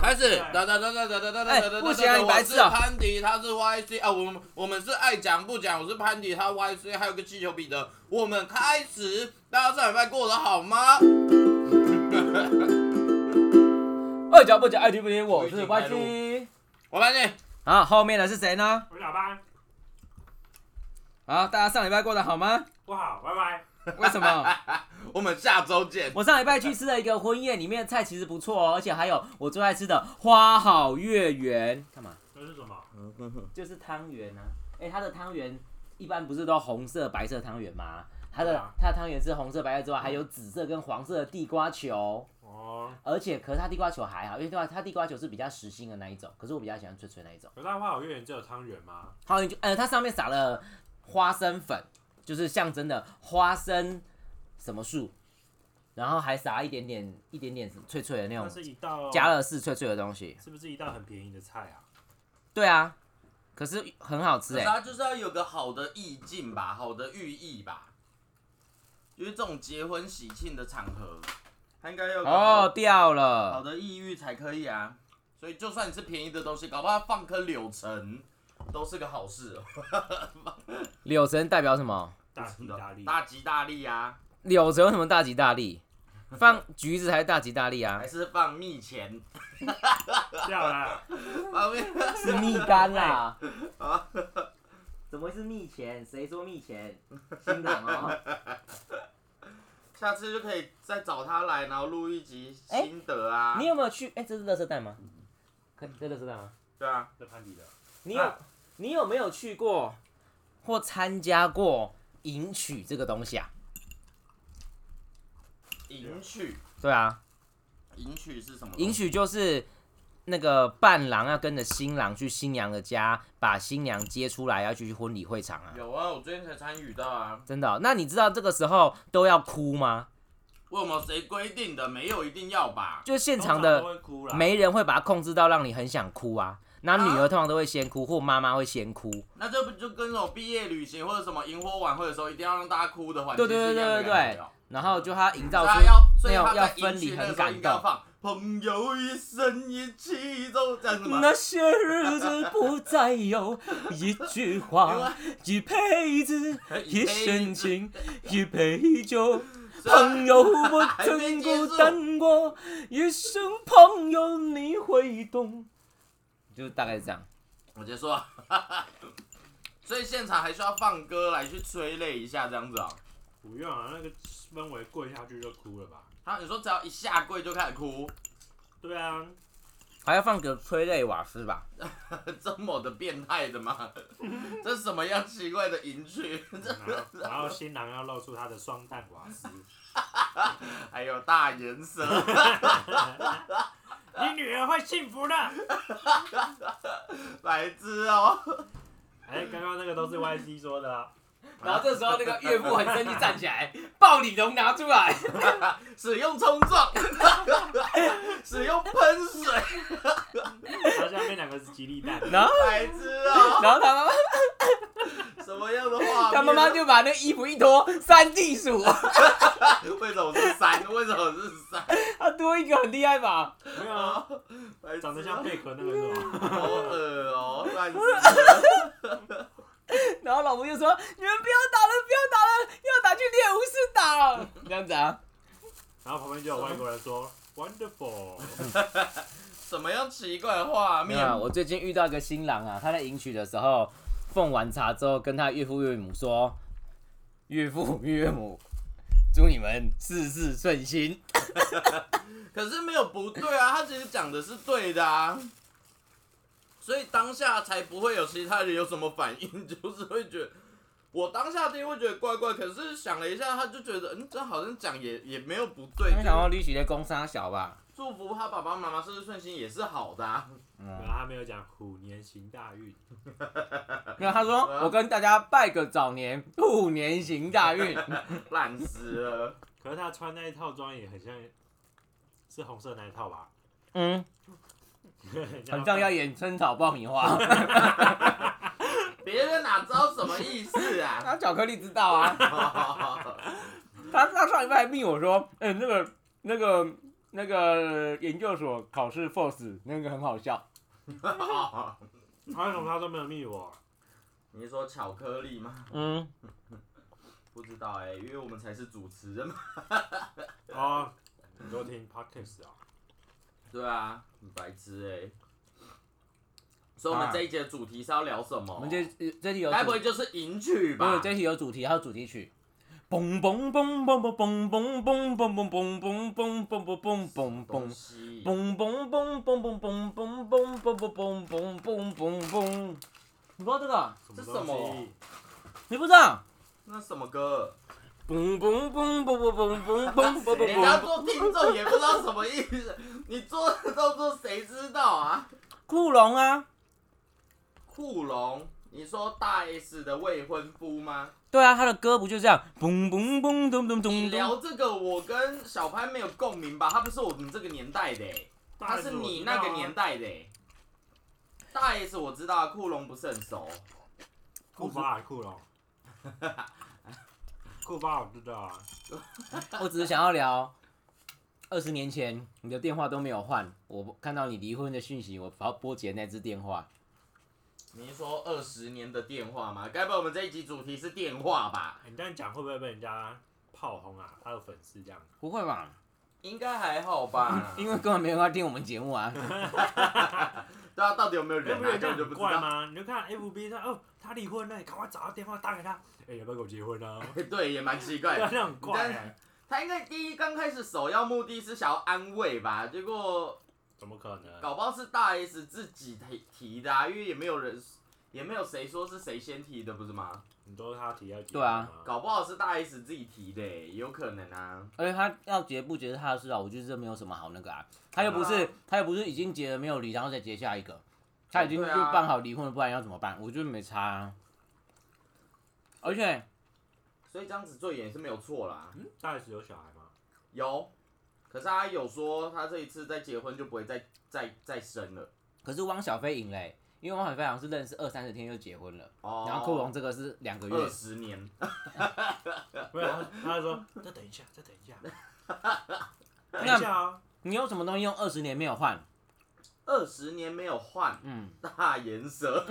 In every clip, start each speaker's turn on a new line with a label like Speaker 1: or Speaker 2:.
Speaker 1: 开始，
Speaker 2: 对
Speaker 1: 哒哒哒哒哒哒哒
Speaker 3: 哎
Speaker 1: 哒哒，
Speaker 3: 不行啊你白痴啊
Speaker 1: 我是潘迪，他是 YC 啊，我们我们是爱讲不讲，我是潘迪，他 YC，还有个气球彼得，我们开始，大家上礼拜过得好吗？
Speaker 3: 二脚不讲，爱听不听，我
Speaker 1: 我已
Speaker 3: 是
Speaker 1: 经开
Speaker 3: YT。
Speaker 1: 我发现
Speaker 3: 啊，后面的是谁呢？
Speaker 2: 我是老班，
Speaker 3: 啊，大家上礼拜过得好吗？
Speaker 2: 不好，拜拜。
Speaker 3: 为什 么？
Speaker 1: 我们下周见，
Speaker 3: 我上礼拜去吃了一个婚宴，里面的菜其实不错哦，而且还有我最爱吃的花好月圆。干嘛？
Speaker 2: 这是什么？
Speaker 3: 就是汤圆啊。哎、它的汤圆一般不是都红色、白色汤圆吗？它
Speaker 2: 对
Speaker 3: 的
Speaker 2: 啊
Speaker 3: 它的汤圆是红色、白色之外，还有紫色跟黄色的地瓜球。
Speaker 2: 哦，
Speaker 3: 而且，可是它地瓜球还好，因为地瓜它地瓜球是比较实心的那一种，可是我比较喜欢脆脆那一种。
Speaker 2: 可是它花好月圆只有汤圆吗？
Speaker 3: 好，你就呃，它上面撒了花生粉，就是象征的花生什么树，然后还撒一点点一点点脆脆的那
Speaker 2: 那
Speaker 3: 种
Speaker 2: 是一道
Speaker 3: 加乐士脆脆的东西。
Speaker 2: 是不是一道很便宜的菜啊？
Speaker 3: 对啊，可是很好吃
Speaker 1: 可是
Speaker 3: 哎、
Speaker 1: 他就是要有个好的意境吧，好的寓意吧，因为这种结婚喜庆的场合，他应该要有个好
Speaker 3: 哦，掉
Speaker 1: 好
Speaker 3: 了。
Speaker 1: 的抑郁才可以啊。所以就算你是便宜的东西，搞不好放颗柳橙都是个好事哦。
Speaker 3: 柳橙代表什么？
Speaker 2: 大吉大利，
Speaker 1: 大吉大利啊，
Speaker 3: 柳橙有什么大吉大利？放橘子才是大吉大利啊
Speaker 1: 还，是放蜜钱，
Speaker 2: 掉了。
Speaker 1: 放蜜
Speaker 3: 是蜜柑啦。怎么会是蜜钱？谁说蜜钱？新人哦。
Speaker 1: 下次就可以再找他来，然后录一集
Speaker 3: 哎
Speaker 1: 心得啊。
Speaker 3: 你有没有去？哎、这是垃圾袋吗？可以，这是垃圾袋吗？
Speaker 1: 对啊，
Speaker 2: 这潘迪的，
Speaker 3: 你有、
Speaker 1: 啊
Speaker 3: 你有没有去过或参加过迎娶这个东西啊？
Speaker 1: 迎娶，
Speaker 3: 对啊，
Speaker 1: 迎娶是什么？
Speaker 3: 迎娶就是那个伴郎要跟着新郎去新娘的家，把新娘接出来，要去婚礼会场啊。
Speaker 1: 有啊，我最近才参与到啊。
Speaker 3: 真的哦、那你知道这个时候都要哭吗？
Speaker 1: 为什么谁规定的？没有一定要吧？
Speaker 3: 就现场
Speaker 2: 通
Speaker 3: 的
Speaker 2: 常都会哭啦。
Speaker 3: 媒人会把它控制到让你很想哭啊。那女儿通常都会先哭，或妈妈会先哭。
Speaker 1: 那这不就跟那种毕业旅行或者什么萤火晚会的时候，一定要让大家哭的环节
Speaker 3: 对对对
Speaker 1: 是一样的
Speaker 3: 对对
Speaker 1: 感觉
Speaker 3: 对
Speaker 1: 哦。。
Speaker 3: 然后就他营造
Speaker 1: 所以
Speaker 3: 出
Speaker 1: 他要，所以
Speaker 3: 那
Speaker 1: 他
Speaker 3: 种要
Speaker 1: 在
Speaker 3: 分
Speaker 1: 迎
Speaker 3: 离
Speaker 1: 娶那个
Speaker 3: 很
Speaker 1: 时候
Speaker 3: 感
Speaker 1: 应该要
Speaker 3: 动。
Speaker 1: 放朋友一生一起走这样子吗？
Speaker 3: 那些日子不再有一句 话，一辈 子，啊一生情，一杯酒。 朋友， 我曾孤单过，一生朋友你会懂。就是大概是这样。
Speaker 1: 我结束了。 所以现场还需要放歌来去催泪一下，这样子哦。
Speaker 2: 不用啊，那个氛围跪下去就哭了吧？
Speaker 1: 啊，你说只要一下跪就开始哭，
Speaker 2: 对 啊，
Speaker 3: 还要放个催泪瓦斯吧？
Speaker 1: 这么的变态的吗？ 这是什么样奇怪的迎娶？
Speaker 2: 然后
Speaker 3: 啊
Speaker 2: 然后新郎要露出他的双蛋瓦斯，
Speaker 1: 还有大颜色，
Speaker 2: 你女儿会幸福的。
Speaker 1: 白痴哦。
Speaker 2: 哎，刚刚那个都是 YC 说的啊，
Speaker 3: 然后这时候那个岳父很生气站起来，抱李龙拿出来。
Speaker 1: 使用冲撞， 使用喷水，
Speaker 2: 他下面两个是吉利蛋，
Speaker 3: 然 后，
Speaker 1: 白痴哦。
Speaker 3: 然后他妈妈，
Speaker 1: 什么样的画面？啊
Speaker 3: 他妈妈就把那衣服一脱，三地鼠，
Speaker 1: 为什么是山？为什么是山？
Speaker 3: 他多一个很厉害吧？
Speaker 2: 没有啊，
Speaker 1: 白痴哦
Speaker 2: 长得像贝壳那个是吗？
Speaker 1: 好恶哦，烂死了！
Speaker 3: 然后老婆就说：“你们不要打了，不要打了，要打去练武室打。” 这样子啊，
Speaker 2: 然后旁边就有外国人说 Wonderful，
Speaker 3: 嗯
Speaker 1: 什么样奇怪的画
Speaker 3: 没
Speaker 1: 面
Speaker 3: 有？啊。我最近遇到一个新郎啊，他在迎娶的时候，奉完茶之后，跟他岳父岳母说：“岳父岳母，祝你们事事顺心。
Speaker 1: 可是没有不对 啊，他其实讲的是对的啊，所以当下才不会有其他人有什么反应，就是会觉得我当下第一会觉得怪怪，可是想了一下，他就觉得嗯，这好像讲也也没有不”对，
Speaker 3: 他们想
Speaker 1: 就
Speaker 3: 要
Speaker 1: 是
Speaker 3: 吕喜的攻杀小吧？
Speaker 1: 祝福他爸爸妈妈事事顺心也是好的、啊。
Speaker 2: 然后他没有讲虎年行大运，
Speaker 3: 没有，他说：“我跟大家拜个早年，兔年行大运。
Speaker 1: 烂死了，
Speaker 2: 可是他穿那一套装也很像，是红色那一套吧？”
Speaker 3: 嗯， 很像要演春草爆米花。
Speaker 1: 别人哪知道什么意思啊？
Speaker 3: 他巧克力知道啊。
Speaker 1: 哦
Speaker 3: 他他上礼拜还命我说，哎、那个那个那个研究所考试 force 那个很好笑，
Speaker 2: 啊为什么他都没有密我？
Speaker 1: 你说巧克力吗？
Speaker 3: 嗯，
Speaker 1: 不知道哎、因为我们才是主持人嘛。
Speaker 2: 哦，你都听 podcast 啊？
Speaker 1: 对啊，很白痴哎、所以，我们这一节的主题是要聊什么？
Speaker 3: 啊我们这这题有主
Speaker 1: 该不会就是迎娶
Speaker 3: 不
Speaker 1: 吧
Speaker 3: 是？这题有主题，还有主题曲。嘣嘣嘣嘣嘣嘣嘣嘣嘣嘣嘣嘣嘣嘣嘣嘣
Speaker 1: 东
Speaker 3: 嘣。
Speaker 1: 西
Speaker 3: 嘣嘣嘣嘣嘣嘣嘣嘣嘣嘣嘣嘣嘣嘣。你不知道这个？
Speaker 2: 什么
Speaker 1: 这什
Speaker 2: 东
Speaker 1: 么
Speaker 2: 西？
Speaker 3: 你不知道？
Speaker 1: 那什么歌？
Speaker 3: 嘣嘣嘣嘣嘣嘣嘣嘣嘣
Speaker 1: 人家
Speaker 3: 嘣。
Speaker 1: 做听众也不知道什么意思，你做的动作谁知道啊？
Speaker 3: 库龙啊，
Speaker 1: 库龙，你说大 S 的未婚夫吗？
Speaker 3: 对啊，他的歌不就这样？嘣嘣嘣咚咚
Speaker 1: 你
Speaker 3: 咚
Speaker 1: 聊
Speaker 3: 咚。
Speaker 1: 这个，我跟小潘没有共鸣吧？他不是我们这个年代的、欸，他是你那
Speaker 3: 啊
Speaker 1: 个年
Speaker 2: 代，
Speaker 1: 代的、欸。大 S 我知道啊，库龙不是很熟。
Speaker 2: 酷巴还酷龙，酷巴我知道啊。
Speaker 3: 我只是想要聊，二十年前你的电话都没有换，我看到你离婚的讯息，我把它拨截那只电话。
Speaker 1: 你是说二十年的电话吗？该不会我们这一集主题是电话吧？
Speaker 2: 你这样讲会不会被人家炮轰啊？他的粉丝这样，
Speaker 3: 不会吧？
Speaker 1: 应该还好 吧？
Speaker 3: 因为根本没有人要听我们节目啊。
Speaker 1: 对啊，到底有没有
Speaker 2: 哎那
Speaker 1: 人
Speaker 2: 不
Speaker 1: 啊？
Speaker 2: 是
Speaker 1: 根
Speaker 2: 这样
Speaker 1: 本就
Speaker 2: 很
Speaker 1: 不知
Speaker 2: 怪
Speaker 1: 道。
Speaker 2: 吗？你就看 FB 他哦，他离婚了，你赶快找他电话打给他，哎，要不要跟我结婚啊？
Speaker 1: 对，也蛮奇 怪
Speaker 2: 对
Speaker 1: 的
Speaker 2: 啊，。那很怪欸，
Speaker 1: 他应该第一刚开始首要目的是想要安慰吧，结果
Speaker 2: 怎么可能？
Speaker 1: 搞不好是大 S 自己提提的、啊，因为也没有人，也没有谁说是谁先提的，不是吗？
Speaker 2: 你都是他提要结婚
Speaker 3: 对啊
Speaker 2: 吗，
Speaker 1: 搞不好是大 S 自己提的、也有可能啊。
Speaker 3: 而且他要结不结是他的事啊，我觉得这没有什么好那个啊。他又不是、他又不是已经结了没有离，然后再结下一个，他已经就
Speaker 1: 对啊
Speaker 3: 办好离婚了，不然要怎么办？我觉得没差、啊。而且
Speaker 1: 所以这样子做也是没有错啦。
Speaker 2: 嗯大 S 有小孩吗？
Speaker 1: 有，可是他有说他这一次再结婚就不会再再再生了。
Speaker 3: 可是汪小菲赢嘞、因为汪小菲好像是认识二三十天就结婚了，
Speaker 1: 哦，
Speaker 3: 然后库龙这个是两个月
Speaker 1: 二，十年，
Speaker 2: 没
Speaker 3: 啊
Speaker 2: 有，他他就说再等一下，再等 一下，等一下啊，
Speaker 3: 你有什么东西用二十年没有换？
Speaker 1: 二十年没有换
Speaker 3: 嗯，
Speaker 1: 大眼蛇，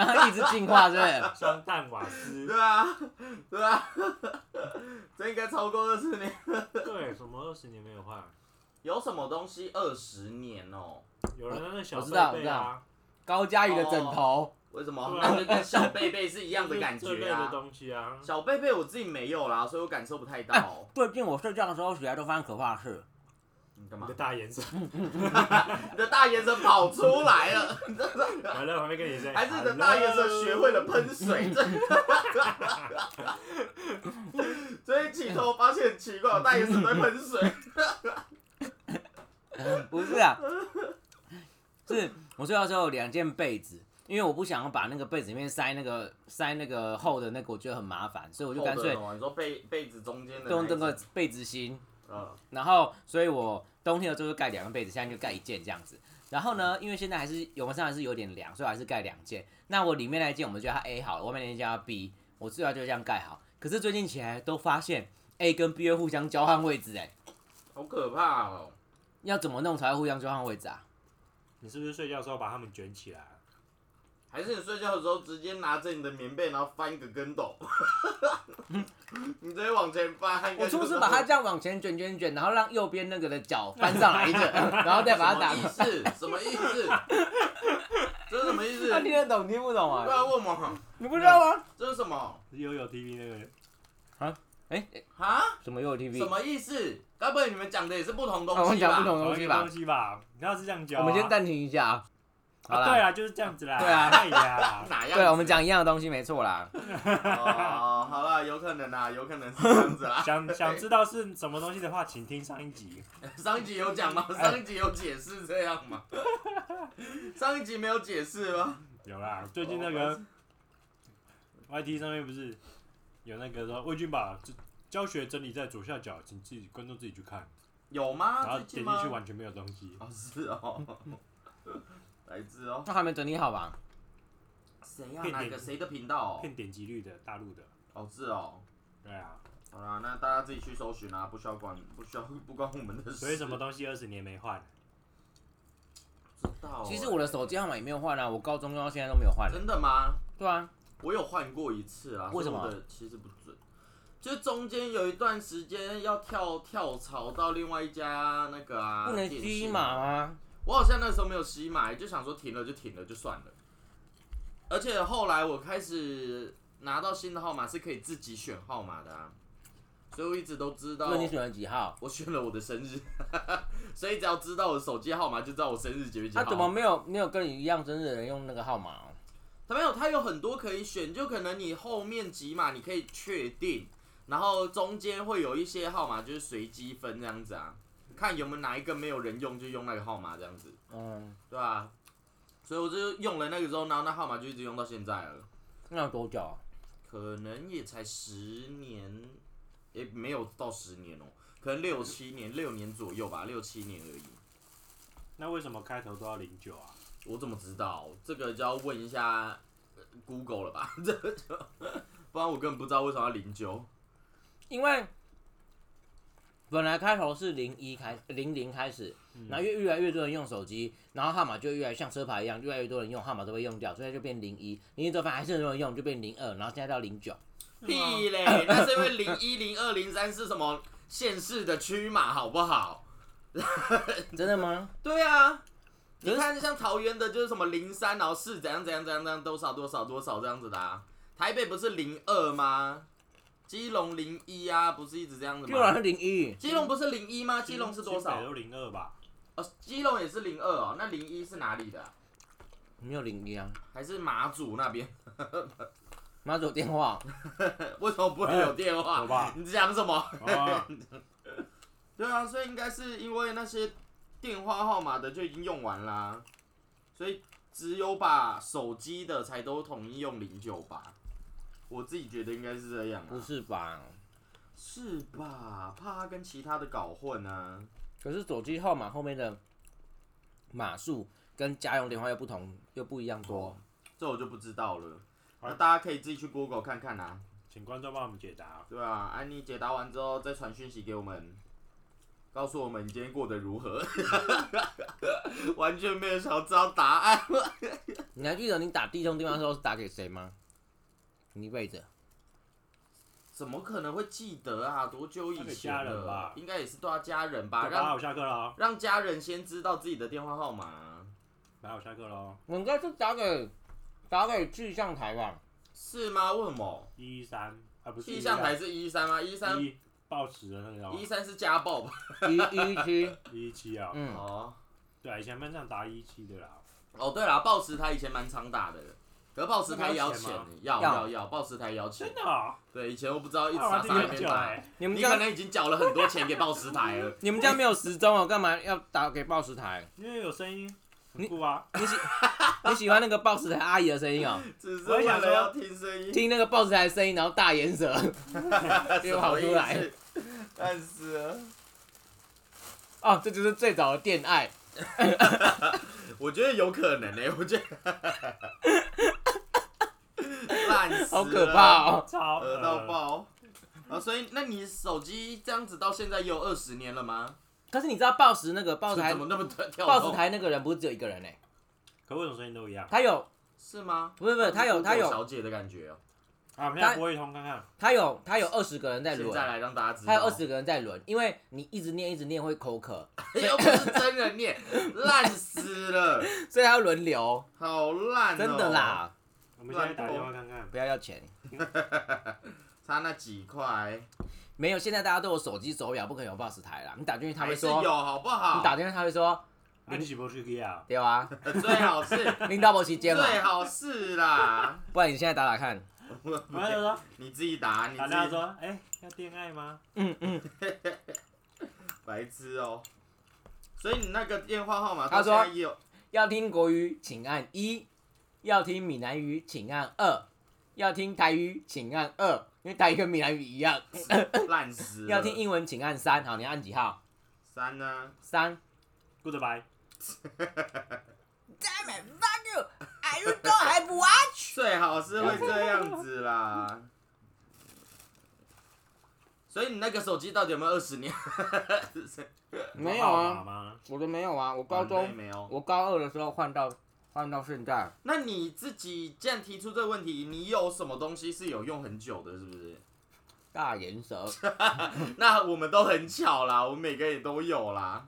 Speaker 3: 然后一直进化，是不 是？
Speaker 2: 双蛋瓦斯，
Speaker 1: 对啊，对啊， 这应该超过二十年。
Speaker 2: 对，什么二十年没有换，
Speaker 1: 有什么东西二十年哦？
Speaker 2: 有人在那小
Speaker 3: 我
Speaker 2: 贝
Speaker 3: 知道
Speaker 2: 贝啊，
Speaker 3: 高佳宇的枕头，
Speaker 1: 为什么？
Speaker 2: 对啊
Speaker 1: 那就跟小贝贝是一
Speaker 2: 这
Speaker 1: 样的感
Speaker 2: 这类
Speaker 1: 觉
Speaker 2: 的
Speaker 1: 啊。
Speaker 2: 东西啊，
Speaker 1: 小贝贝我自己没有啦，所以我感受不太到。
Speaker 3: 最近我睡觉的时候起来都发生可怕的事。
Speaker 1: 你干
Speaker 2: 你
Speaker 1: 嘛
Speaker 2: 的？大眼神，
Speaker 1: 你的大眼神跑出来了，
Speaker 2: 我 还在旁边跟你说，
Speaker 1: 还是你的大眼神学会了喷水？ 所以起头发现很奇怪，我大眼神在喷水。嗯
Speaker 3: 不是 啊，是我睡觉的时候有两件被子，因为我不想要把那个被子里面塞那个塞那个厚的那个，我觉得很麻烦， 所以我就干脆
Speaker 1: 哦你说被被子中间的
Speaker 3: 用
Speaker 1: 那
Speaker 3: 这
Speaker 1: 一
Speaker 3: 个
Speaker 1: 层
Speaker 3: 被子芯，
Speaker 1: 呃
Speaker 3: 然后所以我冬天的时候就盖两个被子，现在就盖一件这样子。然后呢，因为现在还是我们上还是有点凉，所以我还是盖两件。那我里面那一件我们就叫它 A 好了，外面那件叫它 B，我最好就这样盖好。可是最近起来都发现 A 跟 B 会互相交换位置，哎，
Speaker 1: 好可怕哦！
Speaker 3: 要怎么弄才会互相交换位置啊？
Speaker 2: 你是不是睡觉的时候把他们卷起来？
Speaker 1: 还是你睡觉的时候直接拿着你的棉被，然后翻个跟斗， 你直接往前翻。
Speaker 3: 我是 不是把它这样往前卷卷卷，然后让右边那个的脚翻上 来一点， 然后再把它打
Speaker 1: 什么意？思？什么意思？这是什么意 思？
Speaker 3: 他
Speaker 1: 不
Speaker 3: 听得啊懂听不懂啊？
Speaker 1: 要问我，
Speaker 3: 你不知道吗？
Speaker 1: 这是什么？
Speaker 2: 是悠悠 TV 那个
Speaker 3: 哎、哎
Speaker 1: 啊？
Speaker 3: 什么又有 TV？
Speaker 1: 什么意思？该不会你们讲的也是不同东
Speaker 2: 哦
Speaker 3: 啊我们
Speaker 1: 西吧？
Speaker 3: 讲不同东
Speaker 2: 同
Speaker 3: 西
Speaker 2: 一
Speaker 3: 吧
Speaker 2: 东。西吧？你要是这样教
Speaker 3: 我
Speaker 2: 啊，
Speaker 3: 们先暂停一下啊。好
Speaker 2: 啊对
Speaker 3: 啦，
Speaker 2: 啊，就是这样子啦，
Speaker 3: 对啊
Speaker 2: 哎呀，
Speaker 1: 哪样？
Speaker 3: 对，啊我们。讲一样的东西没 错啦。
Speaker 1: 哦，好啦，有可能啦，有可能 是这样子啦。
Speaker 2: 想想知道是什么东西的话，请听上一集。
Speaker 1: 上一集有讲吗？
Speaker 2: 哎
Speaker 1: 上一集有解释这样吗？上一集没有解释吗？
Speaker 2: 有啦，最近那
Speaker 1: 哦
Speaker 2: 个 YT 上面不是有那个说魏军把这教学整理在左下角，请自己观众自己去看，
Speaker 1: 有吗？
Speaker 2: 然后
Speaker 1: 啊最
Speaker 2: 点
Speaker 1: 近吗
Speaker 2: 进去完全没有东西。
Speaker 1: 哦，是哦， 来自哦，
Speaker 3: 那还没整理好吧？
Speaker 1: 谁呀、
Speaker 2: 骗
Speaker 1: 哪
Speaker 2: 你
Speaker 1: 个谁的频道哦？
Speaker 2: 骗点击率的大陆的，
Speaker 1: 哦，是哦，
Speaker 2: 对啊，
Speaker 1: 好啦，那大家自己去搜寻啊，不需要管，不需要不关我们的事。
Speaker 2: 所以什么东西二十年没换？
Speaker 1: 不知道欸、
Speaker 3: 其实我的手机号码也没有换啊，我高中到现在都没有换。
Speaker 1: 真的吗？
Speaker 3: 对啊，
Speaker 1: 我有换过一次啊，
Speaker 3: 为什么
Speaker 1: 所以我的其实不准，就中间有一段时间要跳跳槽到另外一家那个啊，
Speaker 3: 不能
Speaker 1: 电
Speaker 3: 吸
Speaker 1: 信
Speaker 3: 码吗？
Speaker 1: 我好像那时候没有吸买，就想说停了就停了就算了。而且后来我开始拿到新的号码是可以自己选号码的、啊，所以我一直都知道
Speaker 3: 那你选了几号？
Speaker 1: 我选了我的生日， 所以只要知道我手机号码就知道我生日几月几
Speaker 3: 他
Speaker 1: 号。
Speaker 3: 啊怎么没有没有跟你一样生日的人用那个号码哦？
Speaker 1: 它没有，它有很多可以选，就可能你后面几码你可以确定，然后中间会有一些号码就是随机分这样子啊，看有没有哪一个没有人用就用那个号码这样子。
Speaker 3: 嗯，
Speaker 1: 对啊，所以我就用了那个之后，然后那号码就一直用到现在了，
Speaker 3: 那要多久啊？
Speaker 1: 可能也才十年，也没有到十年哦、可能六七年，六年左右吧，六七年而已。
Speaker 2: 那为什么开头都要零九啊？
Speaker 1: 我怎么知道？这个就要问一下呃 Google 了吧， 这个就，不然我根本不知道为什么要零九。
Speaker 3: 因为本来开头是零一开零零开始，
Speaker 1: 嗯
Speaker 3: 然后越越来越多人用手机，然后号码就越来越像车牌一样，越来越多人用，号码都被用掉，所以就变零一。零一之后发现还是很多人用，就变零二，然后现在到零九。
Speaker 1: 屁 嘞，那是因为零一、零二、零三是什么县市的区码，好不好？
Speaker 3: 真的吗？
Speaker 1: 对啊，你
Speaker 3: 可是
Speaker 1: 看像桃园的，就是什么零三，然后四怎样怎样怎样怎样多少多少多少这样子的啊。台北不是零二吗？基隆零一啊，不是一直这样子
Speaker 3: 就好
Speaker 1: 吗
Speaker 3: 像？零一，
Speaker 1: 基隆不是零一吗？基隆是多
Speaker 2: 新北
Speaker 1: 少？
Speaker 2: 都零二 吧？
Speaker 1: 哦，基隆也是零二哦。那零一是哪里的啊、
Speaker 3: 没有零一啊。
Speaker 1: 还是马祖那边？
Speaker 3: 妈祖电话，
Speaker 1: 为什么不会有电话？
Speaker 2: 好吧
Speaker 1: 你讲什么？
Speaker 2: 啊，
Speaker 1: 对啊，所以应该是因为那些电话号码的就已经用完啦、所以只有把手机的才都统一用零九吧。我自己觉得应该是这样、啊，
Speaker 3: 不是吧？
Speaker 1: 是吧？怕他跟其他的搞混啊。
Speaker 3: 可是手机号码后面的码数跟家用电话又不同，又不一样多。
Speaker 1: 这我就不知道了。
Speaker 2: 好
Speaker 1: 那大家可以自己去 Google 看看啊。
Speaker 2: 请观众帮我们解答。
Speaker 1: 对啊，安妮解答完之后再传讯息给我们，告诉我们你今天过得如何。 完全没有想要知道答案。
Speaker 3: 你还记得你打第一通电话的时候是打给谁吗？你背着。
Speaker 1: 怎么可能会记得啊？多久以
Speaker 2: 那个
Speaker 1: 前
Speaker 2: 家人
Speaker 1: 了
Speaker 2: 吧？
Speaker 1: 应该也是对他家人吧，
Speaker 2: 爸爸，
Speaker 1: 让
Speaker 2: 我下课了，
Speaker 1: 让家人先知道自己的电话号码啊，
Speaker 2: 爸爸，我下课了，
Speaker 3: 我应该是打给打给气象台吧，
Speaker 1: 是吗？为什么？
Speaker 2: 一一三啊，不是
Speaker 1: 气象台是一三吗？一三
Speaker 2: 一报时的那个哦
Speaker 1: 一三是家暴吧？
Speaker 3: 一一七，
Speaker 2: 一一七啊，
Speaker 3: 嗯，
Speaker 1: 哦，
Speaker 2: 对啊，以前班上打一七的啦，
Speaker 1: 哦对了，报时台以前蛮常打的，可是报时台也要钱
Speaker 2: 那
Speaker 1: 欸
Speaker 2: 还有钱，
Speaker 1: 要
Speaker 3: 要
Speaker 1: 要要，报时台也要钱
Speaker 2: 真。的啊，
Speaker 1: 对，以前我不知道，一直
Speaker 2: 那我还
Speaker 1: 傻
Speaker 2: 记
Speaker 1: 傻
Speaker 2: 得
Speaker 1: 在那
Speaker 2: 很
Speaker 1: 边
Speaker 2: 久
Speaker 1: 打。
Speaker 2: 哎，
Speaker 3: 你们
Speaker 1: 你可
Speaker 3: 家
Speaker 1: 能已经缴了很多钱给报时台了。
Speaker 3: 你们家没有时钟哦，干嘛要打给报时台？
Speaker 2: 因为有声音，很
Speaker 3: 你
Speaker 2: 酷啊，
Speaker 3: 你 喜你喜欢那个报时台阿姨的声音哦，
Speaker 1: 只是
Speaker 2: 我也
Speaker 1: 为
Speaker 2: 想
Speaker 1: 了
Speaker 2: 说
Speaker 1: 要听声音，啊
Speaker 3: 听那个报时台的声音，然后大眼舌， 又跑出来
Speaker 1: 什么意思，但是啊
Speaker 3: 哦，这就是最早的恋爱。
Speaker 1: 我觉得有可能呢、欸 我觉得烂死了，
Speaker 3: 好可怕哦！
Speaker 2: 超
Speaker 1: 恶到爆。啊，所以那你手机这样子到现在也有二十年了吗？
Speaker 3: 可是你知道报时那个报时台
Speaker 1: 怎么那么跳跳动？
Speaker 3: 报时台那个人不是只有一个人哎、
Speaker 2: 可为什么声音都一样？
Speaker 3: 他有
Speaker 1: 是吗？
Speaker 3: 不是不是他有他有
Speaker 1: 小姐的感觉哦、
Speaker 2: 啊，我们现在播一通看看，
Speaker 3: 他有他有二十个人在
Speaker 1: 现在
Speaker 3: 轮，
Speaker 1: 来让大家知道，
Speaker 3: 他有二，十个人在轮，因为你一直念一直念会口渴，
Speaker 1: 哎又不是真人念，烂死了，
Speaker 3: 所以他要轮流，
Speaker 1: 好烂、哦
Speaker 3: 真的，啦，
Speaker 2: 我们现在打电话看看，
Speaker 3: 不要要钱。
Speaker 1: 差那几块，
Speaker 3: 没有，现在大家都有手机手表，不可能有报时台啦。你打进去他会
Speaker 1: 还是
Speaker 3: 说，
Speaker 1: 有啊
Speaker 3: 你
Speaker 1: 好不好？呃
Speaker 3: 打进去他会说，
Speaker 2: 啊你是不是去啊？
Speaker 3: 对啊，
Speaker 1: 最好 是，
Speaker 3: 领导不期间嘛，
Speaker 1: 最好 是啦。
Speaker 3: 不然你现在打打看。
Speaker 2: 然后就说，
Speaker 1: 你自己打，你
Speaker 2: 哎打电话啊
Speaker 1: 自己
Speaker 2: 说，哎，要恋爱吗？
Speaker 3: 嗯嗯，
Speaker 1: 白痴哦、所以你那个电话号码到
Speaker 3: 他说
Speaker 1: 现在也有，
Speaker 3: 要听国语请按一，要听闽南语请按二，要听台语请按二，因为台语跟闽南语一样。
Speaker 1: 烂死了。
Speaker 3: 要听英文请按三，好，你按几号？
Speaker 1: 三啊 呢？
Speaker 3: 三。
Speaker 2: Goodbye，
Speaker 3: Damn it, fuck you! Are you don't have watch?
Speaker 1: 最好是会这样子啦。所以你那个手机到底有没有二十年？
Speaker 3: 没有
Speaker 2: 号码
Speaker 3: 啊，
Speaker 2: 吗？
Speaker 3: 我的没有啊，我 高
Speaker 1: 没
Speaker 3: 中
Speaker 1: 没有。
Speaker 3: 我高二的时候换到换到现在，
Speaker 1: 那你自己既然提出这个问题，你有什么东西是有用很久的，是不是？
Speaker 3: 大眼蛇，
Speaker 1: 那我们都很巧啦，我们每个也都有啦。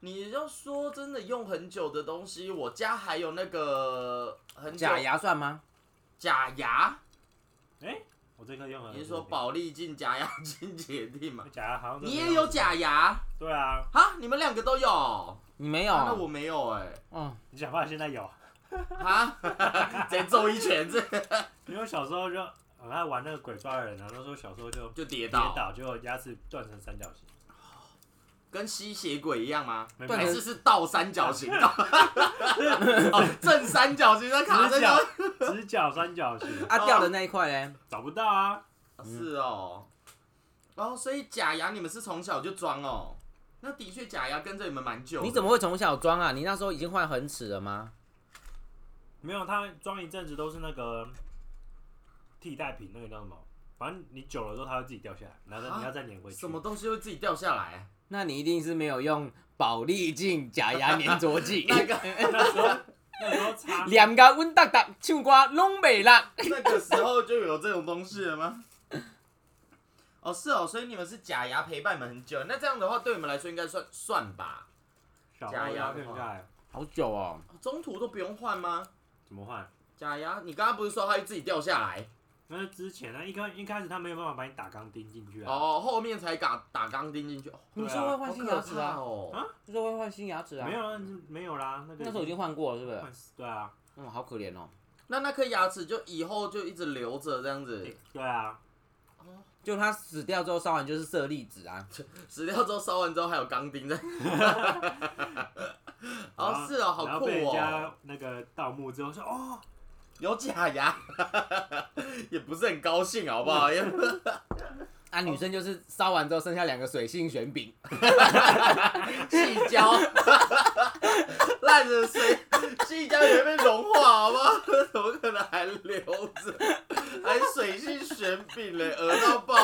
Speaker 1: 你要说真的用很久的东西，我家还有那个很久
Speaker 3: 假牙算吗？
Speaker 1: 假牙，
Speaker 2: 哎，我这个用了。
Speaker 1: 你是说宝丽镜假牙清洁剂 吗
Speaker 2: 那？假牙好像真
Speaker 1: 你
Speaker 2: 的
Speaker 1: 也有？假牙
Speaker 2: 对啊，
Speaker 1: 哈，你们两个都有，
Speaker 3: 你没有
Speaker 1: 啊那
Speaker 3: 啊？
Speaker 1: 我没有哎、
Speaker 3: 哦，
Speaker 2: 你假发现在有，
Speaker 1: 哈， 再揍一拳，这
Speaker 2: 因为我小时候就很爱玩那个鬼抓人啊，那时候小时候就
Speaker 1: 就跌
Speaker 2: 跌
Speaker 1: 倒，
Speaker 2: 倒，就牙齿断成三角形。
Speaker 1: 跟吸血鬼一样吗？
Speaker 2: 没
Speaker 3: 断
Speaker 1: 还
Speaker 3: 成
Speaker 1: 是是倒三角形？ 倒哦，正三角形在卡在
Speaker 2: 指
Speaker 1: 那
Speaker 2: 角。直角三角形
Speaker 3: 啊掉的那一块嘞，
Speaker 2: 找不到啊，
Speaker 1: 是哦，哦，所以假牙你们是从小就装哦，那的确假牙跟着你们蛮久的。
Speaker 3: 你怎么会从小装啊？你那时候已经换恒齿了吗？
Speaker 2: 没有，它装一阵子都是那个替代品，那个叫什么？反正你久了之后它会自己掉下来，然后再
Speaker 1: 啊
Speaker 2: 你要再粘回去。
Speaker 1: 什么？东西会自己掉下来？
Speaker 3: 那你一定是没有用宝丽镜假牙粘着剂，
Speaker 1: 那个
Speaker 2: 哎那 时候那时候擦
Speaker 3: 两个温哒哒唱歌拢袂烂。
Speaker 1: 那个时候就有这种东西了吗？ 哦，是哦，所以你们是假牙陪伴你们很久，那这样的话对你们来说应该算算吧？
Speaker 2: 小
Speaker 1: 假牙
Speaker 2: 牙
Speaker 1: 的
Speaker 2: 片
Speaker 1: 话
Speaker 2: 下来
Speaker 3: 好久哦，
Speaker 1: 中途都不用换吗？
Speaker 2: 怎么换？
Speaker 1: 假牙，你刚刚不是说它会自己掉下来？
Speaker 2: 那是之前啊呢，一开一开始他没有办法把你打钢钉进去啊。
Speaker 1: 哦，后面才打打钢钉进去，哦、
Speaker 2: 对啊
Speaker 3: 你说会
Speaker 1: 好
Speaker 3: 换新
Speaker 1: 可
Speaker 3: 牙齿
Speaker 1: 怕
Speaker 3: 啊？
Speaker 1: 哦！
Speaker 3: 你说会换新牙齿啊？
Speaker 2: 没，有啊，没有啦，那个
Speaker 3: 那时候已经换过了，是不是？
Speaker 2: 换死对啊，
Speaker 3: 嗯，好可怜哦，
Speaker 1: 那那颗牙齿就以后就一直留着这样子，
Speaker 2: 对啊，
Speaker 3: 就他死掉之后烧完就是舍利子啊，
Speaker 1: 死掉之后烧完之后还有钢钉在。
Speaker 2: 然
Speaker 1: 哦，
Speaker 2: 后
Speaker 1: 是哦，好
Speaker 2: 啊然
Speaker 1: 酷
Speaker 2: 后被人
Speaker 1: 哦，
Speaker 2: 家那个盗墓之后说哦，
Speaker 1: 有假牙， 也不是很高兴，好 不好？也
Speaker 3: 啊，女生就是烧完之后剩下两个水性玄饼，
Speaker 1: 细胶，烂的水，细胶也被融化，好不好？ 怎么可能还留着？还水性玄饼嘞，恶到爆！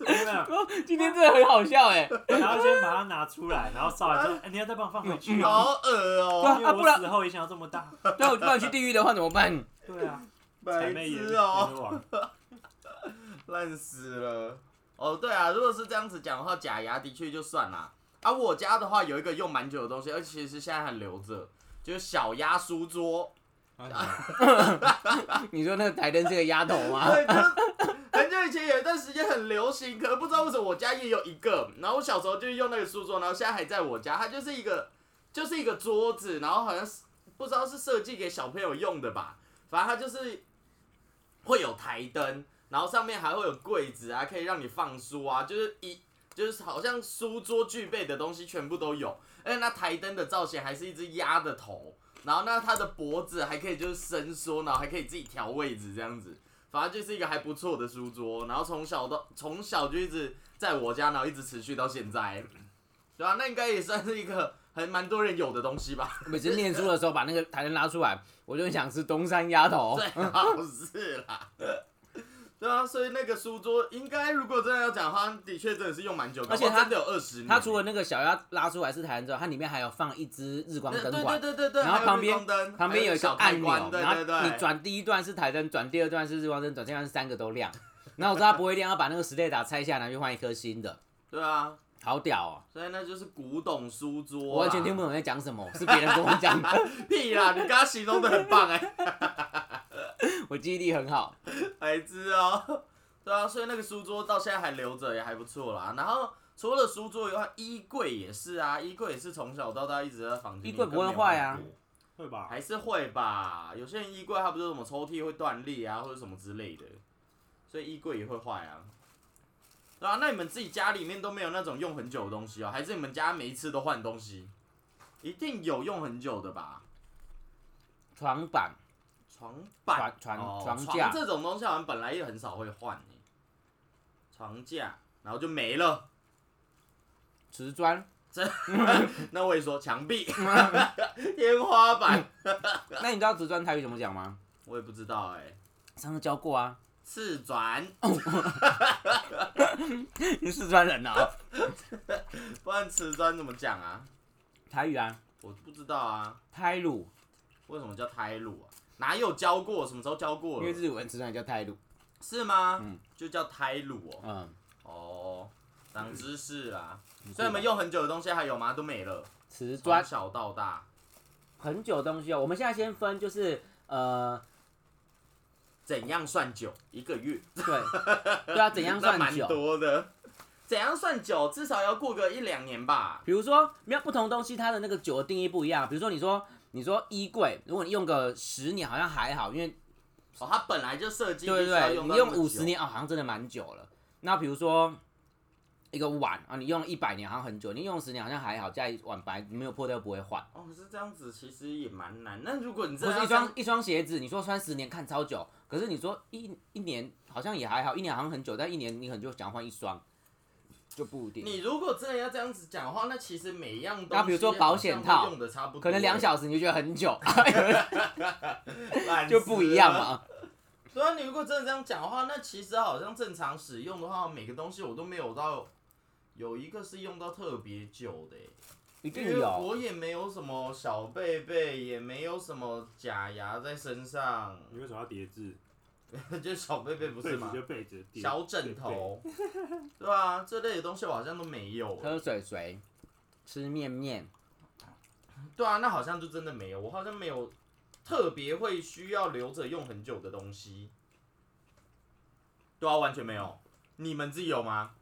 Speaker 2: 没有没有，
Speaker 3: 今天真的很好笑哎，
Speaker 2: 然后先把它拿出来，然后烧完之后，哎、你要再帮我放回去哦。
Speaker 1: 好恶哦、
Speaker 3: 啊
Speaker 2: 因为
Speaker 3: 啊不
Speaker 2: 我
Speaker 3: 然
Speaker 2: 死后也想要这么大。
Speaker 3: 那我不然去地狱的话怎么办？
Speaker 2: 对啊，
Speaker 1: 白
Speaker 2: 谄媚
Speaker 1: 痴
Speaker 2: 阎
Speaker 1: 哦、
Speaker 2: 阎王。
Speaker 1: 烂死了。哦，对啊，如果是这样子讲的话，假牙的确就算啦。啊，我家的话有一个用蛮久的东西，而且其实现在还留着，就是小鸭书桌。
Speaker 3: 你说那个台灯是个丫头吗？
Speaker 1: 对，就是 很久以前有一段时间很流行，可是不知道为什么我家也有一个。然后我小时候就用那个书桌，然后现在还在我家，它就是一个就是一个桌子，然后好像是不知道是设计给小朋友用的吧，反正它就是会有台灯，然后上面还会有柜子啊，可以让你放书啊，就是一。就是好像书桌具备的东西全部都有，而且那台灯的造型还是一只鸭的头，然后那它的脖子还可以就是伸缩，然后还可以自己调位置这样子，反正就是一个还不错的书桌，然后从小到从小就一直在我家，然后一直持续到现在，对啊，那应该也算是一个还蛮多人有的东西吧，
Speaker 3: 每次念书的时候把那个台灯拉出来，我就很想吃东山鸭 头
Speaker 1: 最。好是啦。对啊，所以那个书桌应该如果真的要讲的话，的确真的是用蛮久的，
Speaker 3: 而且
Speaker 1: 搞不好
Speaker 3: 它
Speaker 1: 真的有二十年。
Speaker 3: 它除了那个小鸭拉出来是台灯之后，它里面还有放一只日光
Speaker 1: 对
Speaker 3: 灯
Speaker 1: 欸对
Speaker 3: 管
Speaker 1: 对，对对对，
Speaker 3: 然后
Speaker 1: 还有
Speaker 3: 旁
Speaker 1: 日
Speaker 3: 边
Speaker 1: 光灯
Speaker 3: 旁边
Speaker 1: 还
Speaker 3: 有
Speaker 1: 有
Speaker 3: 一个
Speaker 1: 小开
Speaker 3: 按钮
Speaker 1: 关，对
Speaker 3: 然
Speaker 1: 对
Speaker 3: 后
Speaker 1: 对，
Speaker 3: 你转第一段是台灯，转第二段是日光灯，转第三段是三个都亮。然后我知道它不会亮，要把那个 Slay 打拆下来，拿去换一颗新的，
Speaker 1: 对啊，
Speaker 3: 好屌哦！
Speaker 1: 所以那就是古董书桌啦。啊
Speaker 3: 我完全听不懂你在讲什么，是别人跟我讲的，
Speaker 1: 屁啦，你刚刚形容的很棒哎、
Speaker 3: 我记忆力很好。
Speaker 1: 孩子哦，对啊，所以那个书桌到现在还留着，也还不错啦。然后除了书桌以外，衣柜也是啊，衣柜也是从小到大一直在房间。
Speaker 3: 衣柜不会坏啊，
Speaker 2: 会吧？
Speaker 1: 还是会吧？有些人衣柜它不是什么抽屉会断裂啊，或者什么之类的，所以衣柜也会坏啊。对啊，那你们自己家里面都没有那种用很久的东西哦，还是你们家每一次都换东西？一定有用很久的吧？
Speaker 3: 床板、
Speaker 1: 床板、
Speaker 3: 床床
Speaker 1: 哦、
Speaker 3: 床
Speaker 1: 床
Speaker 3: 架
Speaker 1: 这种东西，好像本来也很少会换、欸、床架，然后就没 了。
Speaker 3: 瓷砖，
Speaker 1: 那我也说墙 壁、天花板，
Speaker 3: 那你知道瓷砖台语怎么讲吗？
Speaker 1: 我也不知道哎、
Speaker 3: 上次教过啊，
Speaker 1: 次转，
Speaker 3: 你四川 人啊？
Speaker 1: 不然瓷砖怎么讲啊？
Speaker 3: 台语啊，
Speaker 1: 我不知道啊，
Speaker 3: 泰鲁，
Speaker 1: 为什么叫胎乳啊？哪有教过？什么时候教过了
Speaker 3: 因为日文四川也叫泰鲁。
Speaker 1: 是吗？
Speaker 3: 嗯
Speaker 1: 就叫胎乳哦。
Speaker 3: 嗯，
Speaker 1: 哦，长知识啦。所以你们用很久的东西还有吗？都没了。
Speaker 3: 瓷
Speaker 1: 从
Speaker 3: 嗯砖
Speaker 1: 小到大，
Speaker 3: 很久的东西哦。我们现在先分，就是呃，
Speaker 1: 怎样算久？一个月？
Speaker 3: 对，对啊，怎样
Speaker 1: 那
Speaker 3: 算
Speaker 1: 蛮
Speaker 3: 久？
Speaker 1: 多的。怎样算久？至少要过个一两年吧。
Speaker 3: 比如说，没有不同东西，它的那个酒的定义不一样。比如说，你说你说衣柜，如果你用个十年好像还好，因为
Speaker 1: 哦，它本来就设计
Speaker 3: 对
Speaker 1: 必须要
Speaker 3: 对对，
Speaker 1: 到
Speaker 3: 你
Speaker 1: 那
Speaker 3: 用
Speaker 1: 么
Speaker 3: 五十
Speaker 1: 久，
Speaker 3: 年哦，好像真的蛮久了。那比如说一个碗啊，你用一百年好像很久，你用十年好像还好，加一碗白你没有破掉不会换。
Speaker 1: 哦，可是这样子其实也蛮难。那如果你真
Speaker 3: 不
Speaker 1: 的
Speaker 3: 是
Speaker 1: 要
Speaker 3: 一
Speaker 1: 这样
Speaker 3: 双一双鞋子，你说穿十年看超久，可是你说一一年好像也还好，一年好像很久，但一年你可能就想换一双，就不一定。
Speaker 1: 你如果真的要这样子讲的话，那其实每一样东西，
Speaker 3: 那比如说保险套
Speaker 1: 用的差不多，
Speaker 3: 可能两小时你就觉得很久，
Speaker 1: 烂死
Speaker 3: 就
Speaker 1: 了
Speaker 3: 不一样。嘛。
Speaker 1: 对啊，你如果真的这样讲的话，那其实好像正常使用的话，每个东西我都没有到有一个是用到特别久的欸、
Speaker 3: 一
Speaker 1: 因为我也没有什么小贝贝，也没有什么假牙在身上，
Speaker 2: 你为什么要叠字？
Speaker 1: 就小贝贝不
Speaker 2: 被
Speaker 1: 是
Speaker 2: 子
Speaker 1: 吗？
Speaker 2: 就被子叠
Speaker 1: 小枕头，对啊，这类的东西我好像都没有欸、
Speaker 3: 喝水水，吃面面，
Speaker 1: 对啊，那好像就真的没有，我好像没有特别会需要留着用很久的东西。对啊，完全没有。你们自己有吗？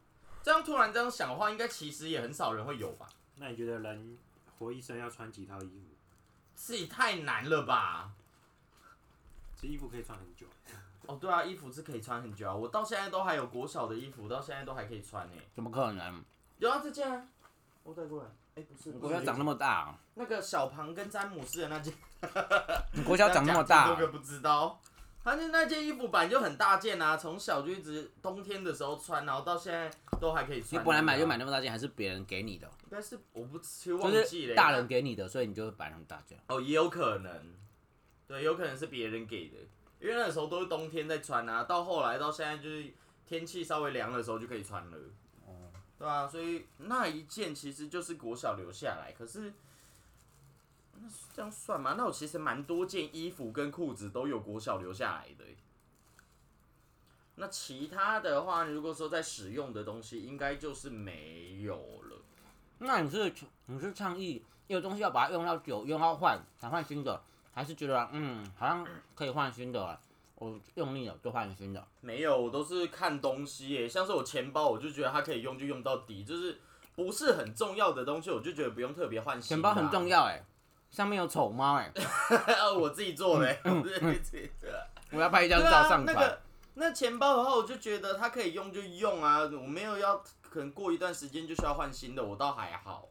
Speaker 1: 这样突然这样想的话，应该其实也很少人会有吧？
Speaker 2: 那你觉得人活一生要穿几套衣服？
Speaker 1: 自己太难了吧？
Speaker 2: 这衣服可以穿很久，
Speaker 1: 哦，对啊，衣服是可以穿很久啊，我到现在都还有国小的衣服，到现在都还可以穿呢、
Speaker 3: 怎么可能？
Speaker 1: 有啊，这件、啊，我带过来。哎、不是，
Speaker 3: 国
Speaker 1: 不
Speaker 3: 小
Speaker 1: 是
Speaker 3: 长那么大啊、
Speaker 1: 那个小庞跟詹姆斯的那件，
Speaker 3: 你国小长那 么大啊、
Speaker 1: 这个不知道。他就那件衣服本来就很大件啊，从小就一直冬天的时候穿，然后到现在都还可以
Speaker 3: 你
Speaker 1: 穿。
Speaker 3: 本来买就买，那么大件，还是别人给你的？哦
Speaker 1: 应该是我不其实忘
Speaker 3: 就
Speaker 1: 记
Speaker 3: 是
Speaker 1: 了。欸
Speaker 3: 大人给你的，所以你就买那么大件。
Speaker 1: 哦，也有可能，对，有可能是别人给的，因为那时候都是冬天在穿啊，到后来到现在就是天气稍微凉的时候就可以穿了。对啊，所以那一件其实就是国小留下来，可是那这样算吗？那我其实蛮多件衣服跟裤子都有国小留下来的欸、那其他的话，如果说在使用的东西，应该就是没有了。
Speaker 3: 那你是你是倡议有东西要把它用到久，用到坏才换新的，还是觉得嗯好像可以换新的了？我用力了就换新的。
Speaker 1: 没有，我都是看东西耶。像是我钱包，我就觉得它可以用就用到底，就是不是很重要的东西，我就觉得不用特别换新
Speaker 3: 钱
Speaker 1: 的啊。
Speaker 3: 包很重要哎、上面有丑猫哎，
Speaker 1: 要， 我自己做的耶，
Speaker 3: 嗯
Speaker 1: 我自己做的
Speaker 3: 我要拍一张
Speaker 1: 对啊
Speaker 3: 照上
Speaker 1: 那
Speaker 3: 传。
Speaker 1: 个那钱包的话，我就觉得它可以用就用啊，我没有要可能过一段时间就需要换新的，我倒还好。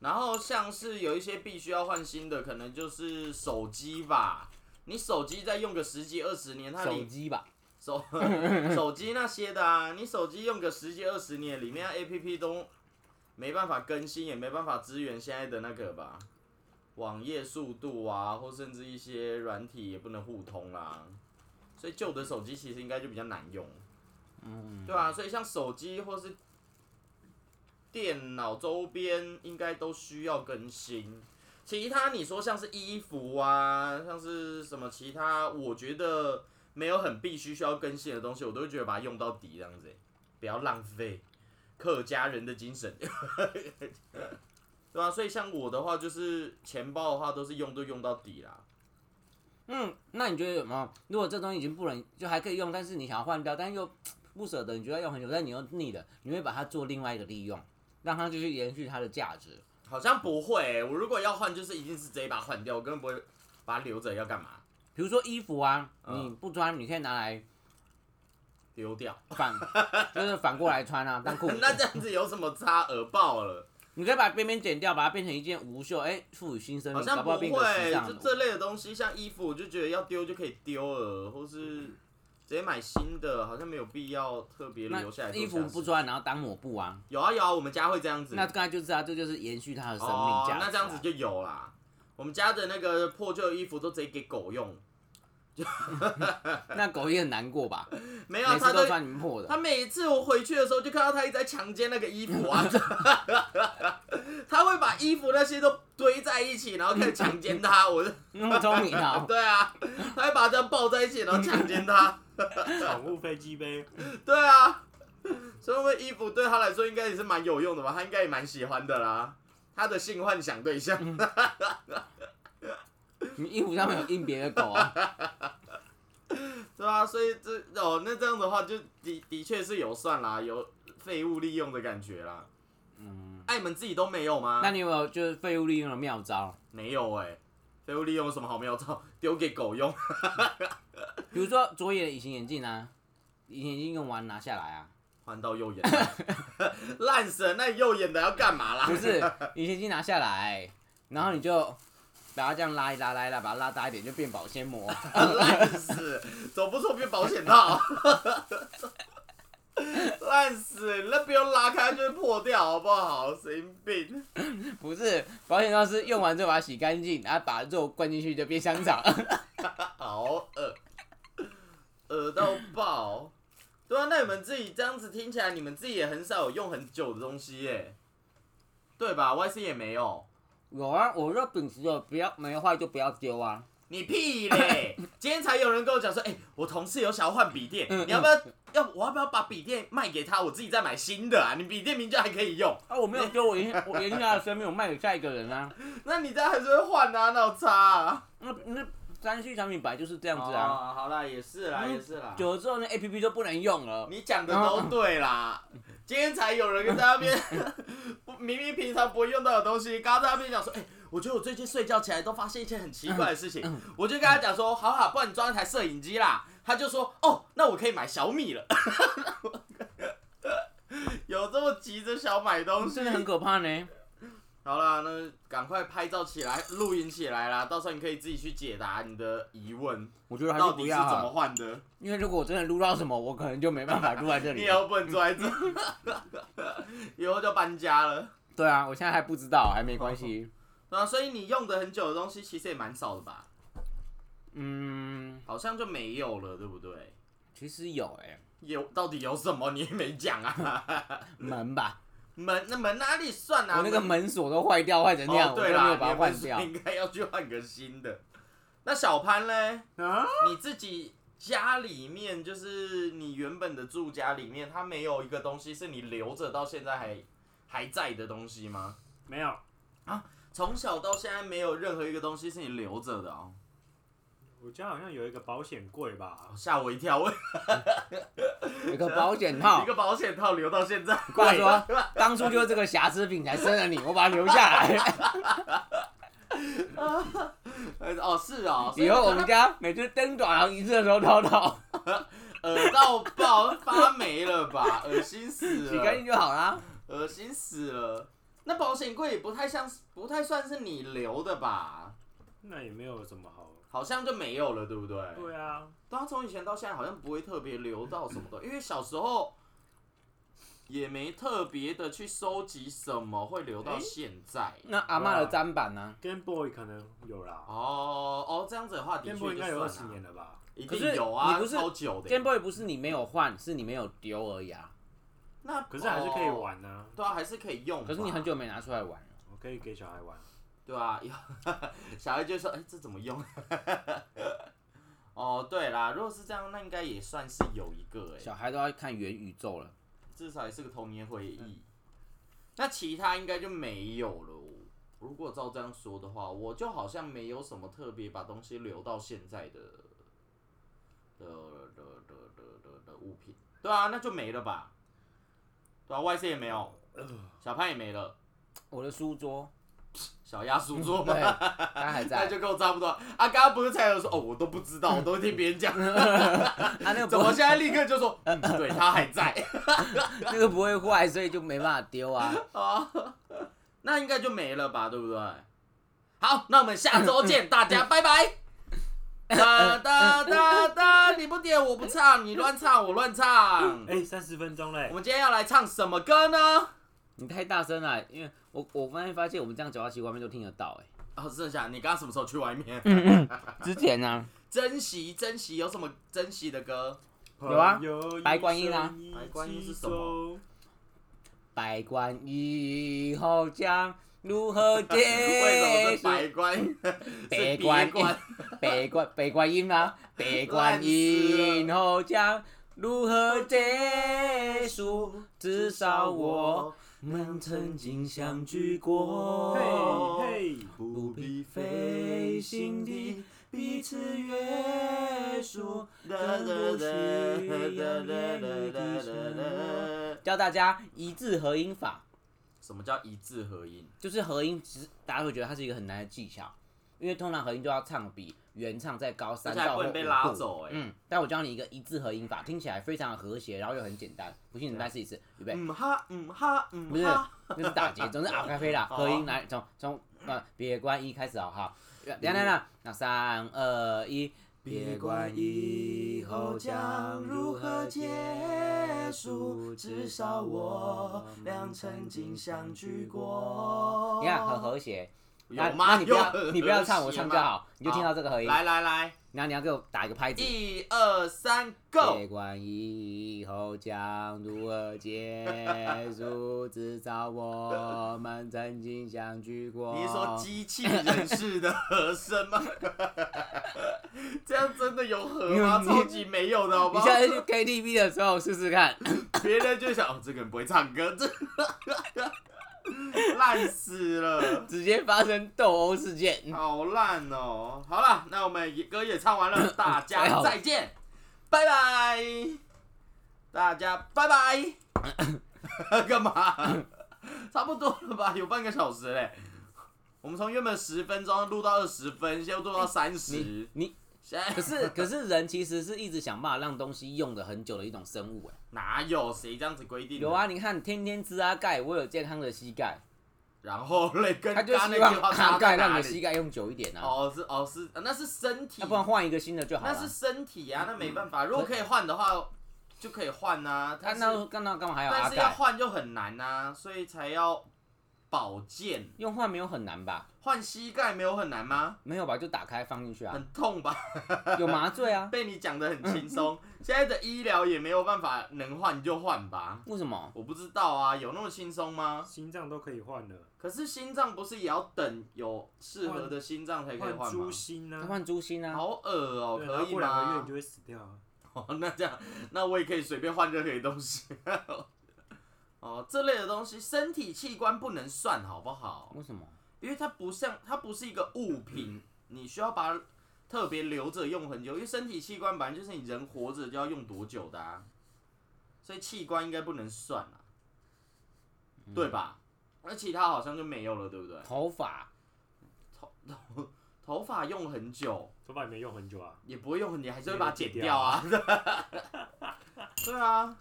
Speaker 1: 然后像是有一些必须要换新的，可能就是手机吧。你手机再用个十几二十年，它
Speaker 3: 手
Speaker 1: 里
Speaker 3: 机吧，
Speaker 1: 手 手机那些的啊，你手机用个十几二十年，里面 A P P 都没办法更新，也没办法支援现在的那个吧，网页速度啊，或甚至一些软体也不能互通啦，所以旧的手机其实应该就比较难用，嗯，对啊，所以像手机或是电脑周边应该都需要更新。其他你说像是衣服啊，像是什么其他，我觉得没有很必须需要更新的东西，我都会觉得把它用到底这样子欸，不要浪费客家人的精神， 对啊，所以像我的话，就是钱包的话都是用都用到底啦。
Speaker 3: 嗯，那你觉得有没有？如果这东西已经不能，就还可以用，但是你想要换掉，但又不舍得，你觉得要用很久，但你又腻了，你会把它做另外一个利用，让它继续延续它的价值。
Speaker 1: 好像不会欸、我如果要换，就是一定是直接把它换掉，我根本不会把它留着，要干嘛？
Speaker 3: 比如说衣服啊，
Speaker 1: 嗯
Speaker 3: 你不穿，你可以拿来
Speaker 1: 丢掉？
Speaker 3: 反， 就是反过来穿啊，当裤子。
Speaker 1: 那这样子有什么差？耳爆了，
Speaker 3: 你可以把边边剪掉，把它变成一件无袖，哎、赋予新 生
Speaker 1: 好
Speaker 3: 命，搞
Speaker 1: 像
Speaker 3: 不
Speaker 1: 不
Speaker 3: 好变个
Speaker 1: 会
Speaker 3: 时
Speaker 1: 欸。就
Speaker 3: 尚的。
Speaker 1: 这类的东西，像衣服，我就觉得要丢就可以丢了，或是直接买新的，好像没有必要特别留下来
Speaker 3: 那
Speaker 1: 做
Speaker 3: 衣
Speaker 1: 瑕疵。
Speaker 3: 服不穿，然后当抹布啊，
Speaker 1: 有啊有啊，我们家会这样子。
Speaker 3: 那刚才就是啊，这就是延续它的生
Speaker 1: 哦
Speaker 3: 命价、值啊。
Speaker 1: 那这样子就有啦。我们家的那个破旧衣服都直接给狗用，
Speaker 3: 那狗也很难过吧？
Speaker 1: 没有啊
Speaker 3: 每
Speaker 1: 他
Speaker 3: 次
Speaker 1: 都
Speaker 3: 都穿你们破
Speaker 1: 他
Speaker 3: 的，
Speaker 1: 每一次我回去的时候，就看到他一直在强奸那个衣服 啊， 他会把衣服那些都堆在一起，然后开始强奸 他。我就！
Speaker 3: 那么聪明啊
Speaker 1: 对啊，他会把它这样抱在一起，然后强奸 他。
Speaker 2: 宠物飞机杯，
Speaker 1: 对啊，所以我们衣服对他来说应该也是蛮有用的吧，他应该也蛮喜欢的啦。他的性幻想对象，
Speaker 3: 你衣服上面有印别的狗啊？
Speaker 1: 对啊，所以这哦，那这样的话就的的确是有算啦，有废物利用的感觉啦。
Speaker 3: 嗯，
Speaker 1: 哎、你们自己都没有吗？
Speaker 3: 那你有没有就是废物利用的妙招？
Speaker 1: 没有哎、废物利用有 什么好妙招？丢给狗用。
Speaker 3: 比如说左眼的隐形眼镜啊，隐形眼镜用完拿下来啊，
Speaker 1: 换到右眼， 烂死了！那你右眼的要干嘛啦？
Speaker 3: 啊不是隐形眼镜拿下来，然后你就把它这样拉一拉拉一拉，把它拉大一点就变保鲜膜。
Speaker 1: 烂死，走不出变保险套， 烂死！那不用拉开就会破掉，好不好？神经病！
Speaker 3: 不是保险套是用完之后把它洗干净，然后把肉灌进去就变香肠。
Speaker 1: 好恶， 恶到爆！对啊，那你们自己这样子听起来，你们自己也很少有用很久的东西耶，对吧？Y C 也没有，
Speaker 3: 有啊，我就秉持着不要没坏就不要丢啊。
Speaker 1: 你屁 嘞！今天才有人跟我讲说，哎、我同事有想要换笔电，
Speaker 3: 嗯
Speaker 1: 你要不要？要我要不要把笔电卖给他？我自己再买新的啊！你笔电名就还可以用，
Speaker 3: 啊，我没有丢，我研我研究下生命，我卖给下一个人啊。
Speaker 1: 那你这样还是会换啊，那有差啊。
Speaker 3: 那那三 C 产品本来就是这
Speaker 1: 这
Speaker 3: 样子啊，
Speaker 1: 哦好啦，也是啦，
Speaker 3: 嗯
Speaker 1: 也是啦。
Speaker 3: 久了之后那 A P P 就不能用了。
Speaker 1: 你讲的都对啦，
Speaker 3: 哦
Speaker 1: 今天才有人在那边， 不明明平常不会用到的东西，刚刚在那边讲说，哎、我觉得我最近睡觉起来都发现一些很奇怪的事情，
Speaker 3: 嗯
Speaker 1: 我就跟他讲说，好好，不然你装一台摄影机啦。他就说，哦，那我可以买小米了。 有这么急着想买东西
Speaker 3: 真？的很可怕呢。
Speaker 1: 好啦，那赶快拍照起来，录影起来啦，到时候你可以自己去解答你的疑问，
Speaker 3: 我觉得还
Speaker 1: 到
Speaker 3: 是
Speaker 1: 底
Speaker 3: 不
Speaker 1: 是
Speaker 3: 要啊
Speaker 1: 怎么
Speaker 3: 好，
Speaker 1: 换的？
Speaker 3: 因为如果我真的录到什么，我可能就没办法录在这
Speaker 1: 你
Speaker 3: 里
Speaker 1: 以。后不能坐在这，以后就搬家了。
Speaker 3: 对啊，我现在还不知道，还没关系。
Speaker 1: 对啊，所以你用的很久的东西其实也蛮少的吧？
Speaker 3: 嗯，
Speaker 1: 好像就没有了，对不对？
Speaker 3: 其实有哎、
Speaker 1: 有到底有什么你也没讲啊？
Speaker 3: 门吧，
Speaker 1: 门那门哪里算啊？
Speaker 3: 我那个门锁都坏掉，坏成那样，
Speaker 1: 哦、
Speaker 3: 我
Speaker 1: 对
Speaker 3: 都没
Speaker 1: 啦，
Speaker 3: 有把它
Speaker 1: 你的门
Speaker 3: 换掉
Speaker 1: 锁。应该要去换个新的。那小潘嘞？
Speaker 2: 啊，
Speaker 1: 你自己家里面就是你原本的住家里面，它没有一个东西是你留着到现在还还在的东西吗？
Speaker 2: 没有，
Speaker 1: 从小到现在没有任何一个东西是你留着的哦。
Speaker 2: 我家好像有一个保险柜吧
Speaker 1: 哦，吓我一跳，我
Speaker 3: 有个保险套
Speaker 1: 一，个保险套留到现在，
Speaker 3: 爸说当初就是这个瑕疵品才生了你，我把它留下来。
Speaker 1: 呃 哦是哦，所
Speaker 3: 以后我们
Speaker 1: 它
Speaker 3: 家每次灯短廊一次的时候偷偷
Speaker 1: 耳到爆发霉了吧，恶心 死
Speaker 3: 洗干净
Speaker 1: 了，
Speaker 3: 就好啦。
Speaker 1: 恶心死了。那保险柜也不太像是，不太算是你留的吧？
Speaker 2: 那也没有什么好。
Speaker 1: 好像就没有了，对不对？
Speaker 2: 对啊，
Speaker 1: 对啊，从以前到现在好像不会特别留到什么的，因为小时候也没特别的去收集什么，会留到现在。
Speaker 3: 那阿嬷的砧板呢？
Speaker 2: Game Boy 可能有啦
Speaker 1: 哦哦，这样子的话的
Speaker 2: ，Game
Speaker 1: 确
Speaker 2: Boy 应该有
Speaker 1: 就
Speaker 2: 二十
Speaker 1: 算
Speaker 2: 年
Speaker 1: 了，
Speaker 2: 了吧？
Speaker 1: 一
Speaker 3: 可是
Speaker 1: 定有啊，
Speaker 3: 你不是
Speaker 1: 超久的
Speaker 3: Game。Boy 不是你没有换，是你没有丢而已啊。
Speaker 1: 那
Speaker 2: 可是还是可以
Speaker 1: 哦
Speaker 2: 玩啊，
Speaker 1: 对啊，还是可以用吧。
Speaker 3: 可是你很久没拿出来玩了。
Speaker 2: 我可以给小孩玩。
Speaker 1: 对啊， 以后小孩就说：“哎、这怎么用？” 哦，对啦，如果是这样，那应该也算是有一个哎、
Speaker 3: 小孩都要看元宇宙了，
Speaker 1: 至少也是个童年回忆。那其他应该就没有了哦。如果照这样说的话，我就好像没有什么特别把东西留到现在的的的的的的的物品。对啊，那就没了吧？对啊，Y C 也没有，小潘也没了，
Speaker 3: 我的书桌，
Speaker 1: 小鸭叔叔嘛
Speaker 3: 嗯对，。 它还
Speaker 1: 那
Speaker 3: 在。
Speaker 1: 就跟我差不多。啊，刚刚不是才有说哦，我都不知道，我都听别人讲，
Speaker 3: 啊，那个
Speaker 1: 怎
Speaker 3: 不
Speaker 1: 么
Speaker 3: 会
Speaker 1: 现在立刻就说，嗯，对他还在
Speaker 3: 那个不会坏，所以就没办法丢啊。
Speaker 1: 啊？那应该就没了吧，对不对？好，那我们下周见，大家拜拜。哒哒哒哒，你不点我不唱，你乱唱我乱唱。
Speaker 2: 哎，三十分钟嘞
Speaker 1: 我。们今天要来唱什么歌呢？
Speaker 3: 你太大声了，因为我我发现发现我们这样讲话，其实外面都听得到、欸。
Speaker 1: 啊，剩下你刚刚什么时候去外面？
Speaker 3: 哎， 之前呢、
Speaker 1: 珍惜珍惜，有什么珍惜的歌？
Speaker 3: 有啊
Speaker 2: 有
Speaker 3: 白观音啊
Speaker 1: 白观音是什么？
Speaker 3: 百官以后将如何
Speaker 1: 为
Speaker 3: 接哎
Speaker 1: 什么是白关？ 是别
Speaker 3: 北关
Speaker 1: 关。
Speaker 3: 北关北关音啊，北关音后将如何结束？至少我们曾经相聚过，
Speaker 2: 嘿嘿，
Speaker 1: 不必
Speaker 3: 费心地彼此约束，更不需要言语的承诺。教大家一字合音法，
Speaker 1: 什么叫一字合音？
Speaker 3: 就是合音，只是大家会觉得它是一个很难的技巧，因为通常合音都要唱比原唱再高
Speaker 1: 大
Speaker 3: 三
Speaker 1: 家
Speaker 3: 到
Speaker 1: 不
Speaker 3: 或
Speaker 1: 能
Speaker 3: 五
Speaker 1: 被拉
Speaker 3: 度。
Speaker 1: 走哎、
Speaker 3: 嗯，但我教你一个一字合音法，听起来非常的和谐，然后又很简单。不信你再试一次，预备，
Speaker 1: 嗯哈嗯哈嗯
Speaker 3: 不是
Speaker 1: 哈，
Speaker 3: 那是打结，总啊是阿卡贝 拉
Speaker 1: 哦
Speaker 3: 合音来，从从呃别关一开始好不好？等等等，那三二一，别管以后将如何结束，至少我俩曾经相聚过。你看很和谐，那
Speaker 1: 有吗？
Speaker 3: 那你不要
Speaker 1: 有很
Speaker 3: 你不要唱，
Speaker 1: 和
Speaker 3: 我
Speaker 1: 谐
Speaker 3: 唱
Speaker 1: 吗
Speaker 3: 就。好，你就听到这个合音，
Speaker 1: 来来来，
Speaker 3: 然后你要给我打一个拍子。
Speaker 1: 一二三，Go！
Speaker 3: 别管以后将如何结束， 至少我们曾经相聚过。
Speaker 1: 你是说机器人式的和声吗？ 这样真的有和吗？
Speaker 3: 你
Speaker 1: 超级没有的，好不
Speaker 3: 你
Speaker 1: 好
Speaker 3: 现？在去 KTV 的时候试试看，
Speaker 1: 别人就想，哦，这个人不会唱歌，这 烂死了，
Speaker 3: 直接发生斗殴事件。
Speaker 1: 好烂哦！好了，那我们也歌也唱完了，大
Speaker 3: 还
Speaker 1: 家
Speaker 3: 好
Speaker 1: 再见， 拜拜，大家拜拜， 干嘛？差不多了吧？有半个小时嘞。我们从原本十分钟录到二十分，现在录到三十
Speaker 3: 你。你
Speaker 1: 现在
Speaker 3: 可是可是人其实是一直想办法让东西用的很久的一种生物哎。
Speaker 1: 哪有谁这样子规定？
Speaker 3: 有，啊，你看天天吃阿钙，我有健康的膝盖，
Speaker 1: 然后嘞，跟
Speaker 3: 他就
Speaker 1: 刚刚
Speaker 3: 希
Speaker 1: 那句
Speaker 3: 望
Speaker 1: 话
Speaker 3: 阿
Speaker 1: 差在
Speaker 3: 钙让你
Speaker 1: 哪
Speaker 3: 的
Speaker 1: 里
Speaker 3: 膝？盖用久一点啊，
Speaker 1: 哦，是哦是、啊那是身体，
Speaker 3: 要不然换一个新的就好
Speaker 1: 那
Speaker 3: 了。嗯
Speaker 1: 是身体啊，那没办法。如果可以换的话，就可以换啊。
Speaker 3: 啊
Speaker 1: 但
Speaker 3: 那
Speaker 1: 是
Speaker 3: 干嘛干嘛还有
Speaker 1: 但
Speaker 3: 阿
Speaker 1: 是要
Speaker 3: 钙？
Speaker 1: 换就很难啊，所以才要保健。
Speaker 3: 用换没有很难吧？
Speaker 1: 换膝盖没有很难吗？
Speaker 3: 没有吧？就打开放进去 啊，
Speaker 1: 很痛吧？
Speaker 3: 有麻醉啊？
Speaker 1: 被你讲的很轻松。现在的医疗也没有办法，能换就换吧。
Speaker 3: 为什么？
Speaker 1: 我不知道啊，有那么轻松吗？
Speaker 2: 心脏都可以换了，
Speaker 1: 可是心脏不是也要等有适合的心脏才可以
Speaker 2: 换
Speaker 1: 换
Speaker 2: 猪
Speaker 1: 吗？
Speaker 2: 心
Speaker 3: 他
Speaker 2: 啊，
Speaker 3: 换猪心啊，
Speaker 1: 好恶哦、
Speaker 2: 对然
Speaker 1: 可
Speaker 2: 后
Speaker 1: 以
Speaker 2: 过两个月
Speaker 1: 吗
Speaker 2: 你就？会死掉啊。
Speaker 1: 哦，那这样，那我也可以随便换任何东西。哦，这类的东西，身体器官不能算，好不好？
Speaker 3: 为什么？
Speaker 1: 因为它不像，它不是一个物品，你需要把它特别留着用很久。因为身体器官本来就是你人活着就要用多久的、啊，所以器官应该不能算啊，对吧？那其他好像就没有了，对不对？
Speaker 3: 头发
Speaker 1: 头发用很久，
Speaker 2: 头发也没用很久啊，
Speaker 1: 也不会用很，你还是会把它剪掉啊。 对啊，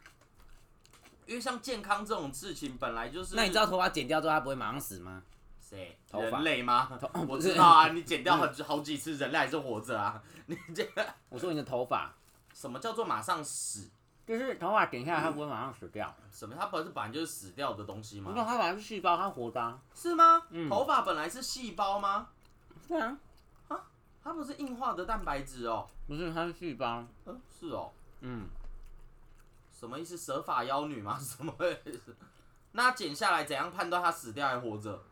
Speaker 1: 因为像健康这种事情本来就是。
Speaker 3: 那你知道头发剪掉之后它不会马上死吗？
Speaker 1: 谁？
Speaker 3: 头发
Speaker 1: 人类吗
Speaker 3: 头？
Speaker 1: 我
Speaker 3: 不是嗯
Speaker 1: 知道啊，你剪掉很好几次，人类还是活着啊。你这
Speaker 3: 我说你的头发，
Speaker 1: 什么叫做马上死？
Speaker 3: 就是头发剪下来它不会马上死掉，
Speaker 1: 什么？它不是本来就是死掉的东西
Speaker 3: 不过
Speaker 1: 吗？
Speaker 3: 它本来是细胞，它活的、啊。
Speaker 1: 是吗？
Speaker 3: 嗯
Speaker 1: 头发本来是细胞吗？
Speaker 3: 对啊，
Speaker 1: 它不是硬化的蛋白质哦。
Speaker 3: 不是它是细胞。
Speaker 1: 嗯，是哦。
Speaker 3: 嗯，
Speaker 1: 什么意思？蛇发妖女吗？ 什么意思？那剪下来怎样判断它死掉还活着？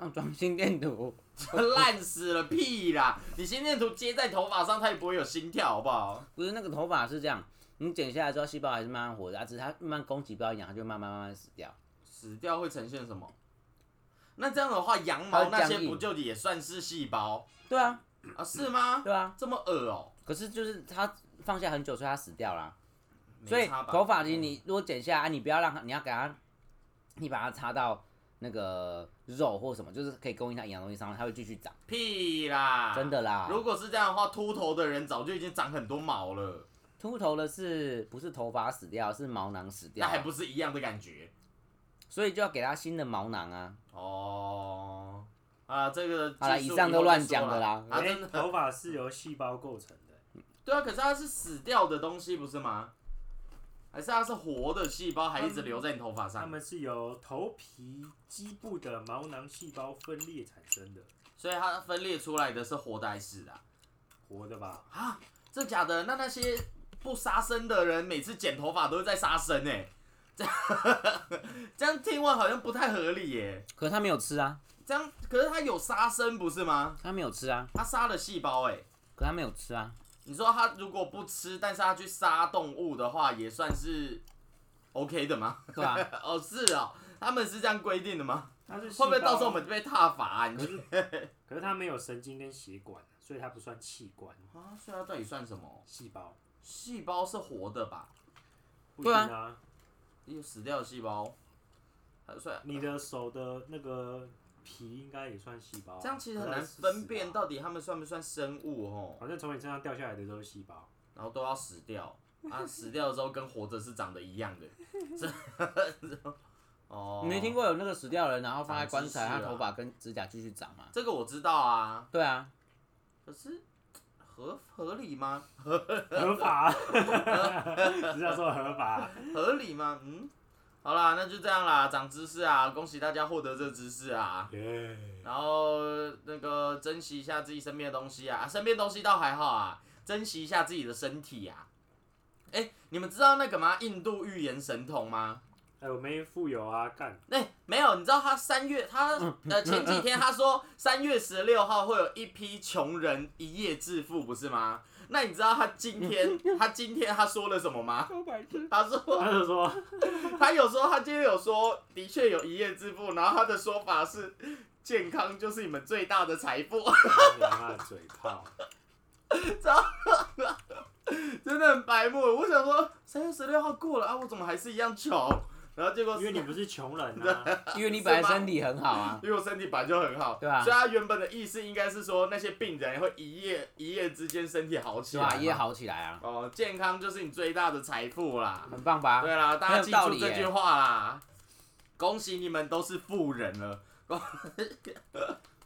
Speaker 3: 要装哦心电图。
Speaker 1: 烂死了屁啦！你心电图接在头发上，它也不会有心跳，好不好？
Speaker 3: 不是那个头发是这样，你剪下来之后细胞还是慢慢活着，啊，只是它慢慢供给不到氧，它就慢慢慢慢死掉。
Speaker 1: 死掉会呈现什么？那这样的话，羊毛
Speaker 3: 它会
Speaker 1: 那
Speaker 3: 僵
Speaker 1: 些
Speaker 3: 硬
Speaker 1: 不就也算是细胞
Speaker 3: 对啊，
Speaker 1: 啊？是吗？
Speaker 3: 对啊。
Speaker 1: 这么恶哦、
Speaker 3: 可是就是它放下很久，所以它死掉啦。所
Speaker 1: 没
Speaker 3: 以
Speaker 1: 差吧
Speaker 3: 头发其实你如果剪下来，啊你不要让它，你要给它，你把它插到那个肉或什么，就是可以供应它营养的东西上面，它会继续长。
Speaker 1: 屁啦！
Speaker 3: 真、的啊啦。
Speaker 1: 如果是这样的话，秃头的人早就已经长很多毛了，
Speaker 3: 秃头的是不是头发死掉，是毛囊死掉
Speaker 1: 那
Speaker 3: 啊，
Speaker 1: 还不是一样的感觉
Speaker 3: 所以就要给他新的毛囊啊。
Speaker 1: 哦。啊，这个
Speaker 3: 好啦
Speaker 1: 技术
Speaker 3: 以上都
Speaker 1: 后再
Speaker 3: 乱
Speaker 1: 说
Speaker 3: 讲的啦
Speaker 1: 啊，
Speaker 2: 哎
Speaker 1: 真，的
Speaker 2: 头发是由细胞构成的，
Speaker 1: 对啊，可是它是死掉的东西，不是吗？还是它是活的细胞还一直留在你头发
Speaker 2: 它 嗯
Speaker 1: 上？
Speaker 2: 们是由头皮基部的毛囊细胞分裂产生的，
Speaker 1: 所以它分裂出来的是活的还是死的啊？
Speaker 2: 活的吧？
Speaker 1: 啊，真假的？那那些不杀生的人，每次剪头发都是在杀生哎、 这样这样听完好像不太合理耶、
Speaker 3: 可是他没有吃啊，
Speaker 1: 这样可是他有杀生不是吗？
Speaker 3: 他没有吃啊，
Speaker 1: 他杀了细胞哎、
Speaker 3: 可他没有吃啊，
Speaker 1: 你说他如果不吃，但是他去杀动物的话，也算是 OK 的吗？
Speaker 3: 对吧、 啊？
Speaker 1: 哦，是哦，他们是这样规定的吗？
Speaker 2: 它是细
Speaker 1: 会不会
Speaker 2: 胞啊
Speaker 1: 到时候我们被踏伐、啊？你
Speaker 2: 可
Speaker 1: 觉
Speaker 2: 是可是它没有神经跟血管，所以它不算器官
Speaker 1: 得啊，所以它到底算什么？
Speaker 2: 细胞。
Speaker 1: 细胞是活的吧？
Speaker 2: 不一定啊，
Speaker 1: 也有死掉的细胞，还算
Speaker 2: 你的手的那个皮应该也算细胞啊、
Speaker 1: 这样其实很
Speaker 2: 可
Speaker 1: 难
Speaker 2: 是它是
Speaker 1: 分
Speaker 2: 死的啊
Speaker 1: 辨到底他们算不算生物哦，
Speaker 2: 反正从你身上掉下来的都是细胞，
Speaker 1: 然后都要死掉 啊，死掉的时候跟活着是长得一样的，这哦，
Speaker 3: 你没听过有那个死掉的人，然后放在
Speaker 1: 长
Speaker 3: 棺
Speaker 1: 知识
Speaker 3: 材，他
Speaker 1: 啊
Speaker 3: 头发跟指甲继续长吗？
Speaker 1: 这个我知道啊，
Speaker 3: 对哦啊，
Speaker 1: 可是合合理吗？
Speaker 2: 合法，啊 只要说合法，啊
Speaker 1: 合理吗？嗯，好啦，那就这样啦，长知识啊，恭喜大家获得这知识啊。
Speaker 2: 耶、
Speaker 1: 然后那个珍惜一下自己身边的东西啊，啊身边东西倒还好啊，珍惜一下自己的身体啊。哎、你们知道那个吗？印度预言神童吗？
Speaker 2: 哎，我没富有啊，干，
Speaker 1: 哎、没有，你知道他三月他呃前几天他说三月十六号会有一批穷人一夜致富，不是吗？那你知道他今天他今天他说了什么吗？他
Speaker 3: 哦
Speaker 1: 说
Speaker 2: 他就说
Speaker 1: 他有说他今天有说的确有一夜致富，然后他的说法是健康就是你们最大的财富。
Speaker 2: 你妈的嘴 炮，
Speaker 1: 真的很白目。我想说，三月十六号过了啊，我怎么还是一样穷？然后结果
Speaker 2: 因为你不是穷人啊，
Speaker 3: 因为你本来身体很好啊，
Speaker 1: 因为我身体本来就很好，
Speaker 3: 对啊
Speaker 1: 所以他原本的意思应该是说，那些病人会一夜一夜之间身体好起
Speaker 3: 是
Speaker 1: 来嘛，
Speaker 3: 吧？也好起来啊，
Speaker 1: 哦，健康就是你最大的财富啦。
Speaker 3: 很棒吧？
Speaker 1: 对啦，大家记
Speaker 3: 啊很有道
Speaker 1: 住
Speaker 3: 理耶
Speaker 1: 这句话啦。恭喜你们都是富人了。 恭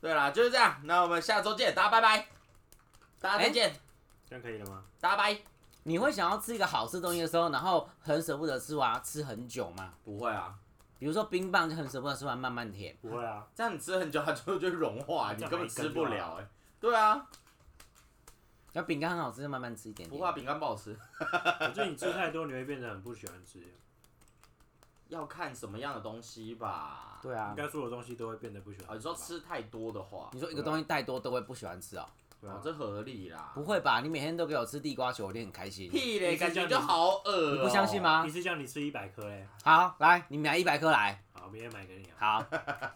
Speaker 1: 对啦，就是这样。那我们下周见，大家拜拜，大家再见，
Speaker 2: 这样可以了吗？
Speaker 1: 大家拜。
Speaker 3: 你会想要吃一个好吃的东西的时候，然后很舍不得吃完，吃很久嘛？
Speaker 1: 不会啊，
Speaker 3: 比如说冰棒就很舍不得吃完，慢慢舔。
Speaker 2: 不会啊，
Speaker 1: 这样你吃很久，它就就融化，
Speaker 2: 这
Speaker 1: 你
Speaker 2: 样
Speaker 1: 根本
Speaker 2: 还
Speaker 1: 吃
Speaker 2: 跟
Speaker 1: 不
Speaker 2: 就好
Speaker 1: 了哎、对啊，
Speaker 3: 那饼干很好吃，就慢慢吃一点
Speaker 1: 不啊
Speaker 3: 点。
Speaker 1: 怕饼干不好吃，
Speaker 2: 我觉得你吃太多，你会变得很不喜欢吃，应
Speaker 1: 要看什么样的东西吧。
Speaker 3: 对啊，
Speaker 2: 该所有东西都会变得不喜欢。
Speaker 3: 哦
Speaker 1: 啊，你说，吃太多的话，
Speaker 3: 你说一个东西太多都会不喜欢吃哦？
Speaker 2: 对
Speaker 1: 哦
Speaker 2: 啊，，
Speaker 1: 这合理啦。
Speaker 3: 不会吧？你每天都给我吃地瓜球，我一定很开心。
Speaker 1: 屁
Speaker 2: 你
Speaker 1: 嘞，
Speaker 2: 是
Speaker 1: 感觉
Speaker 2: 叫
Speaker 1: 就
Speaker 2: 你
Speaker 1: 好恶、
Speaker 3: 你
Speaker 1: 哦
Speaker 3: 不相信？吗
Speaker 2: 一？次叫你吃一百颗嘞，
Speaker 3: 好，来，你买一百颗来。
Speaker 2: 好，明天买给你 啊。
Speaker 3: 好，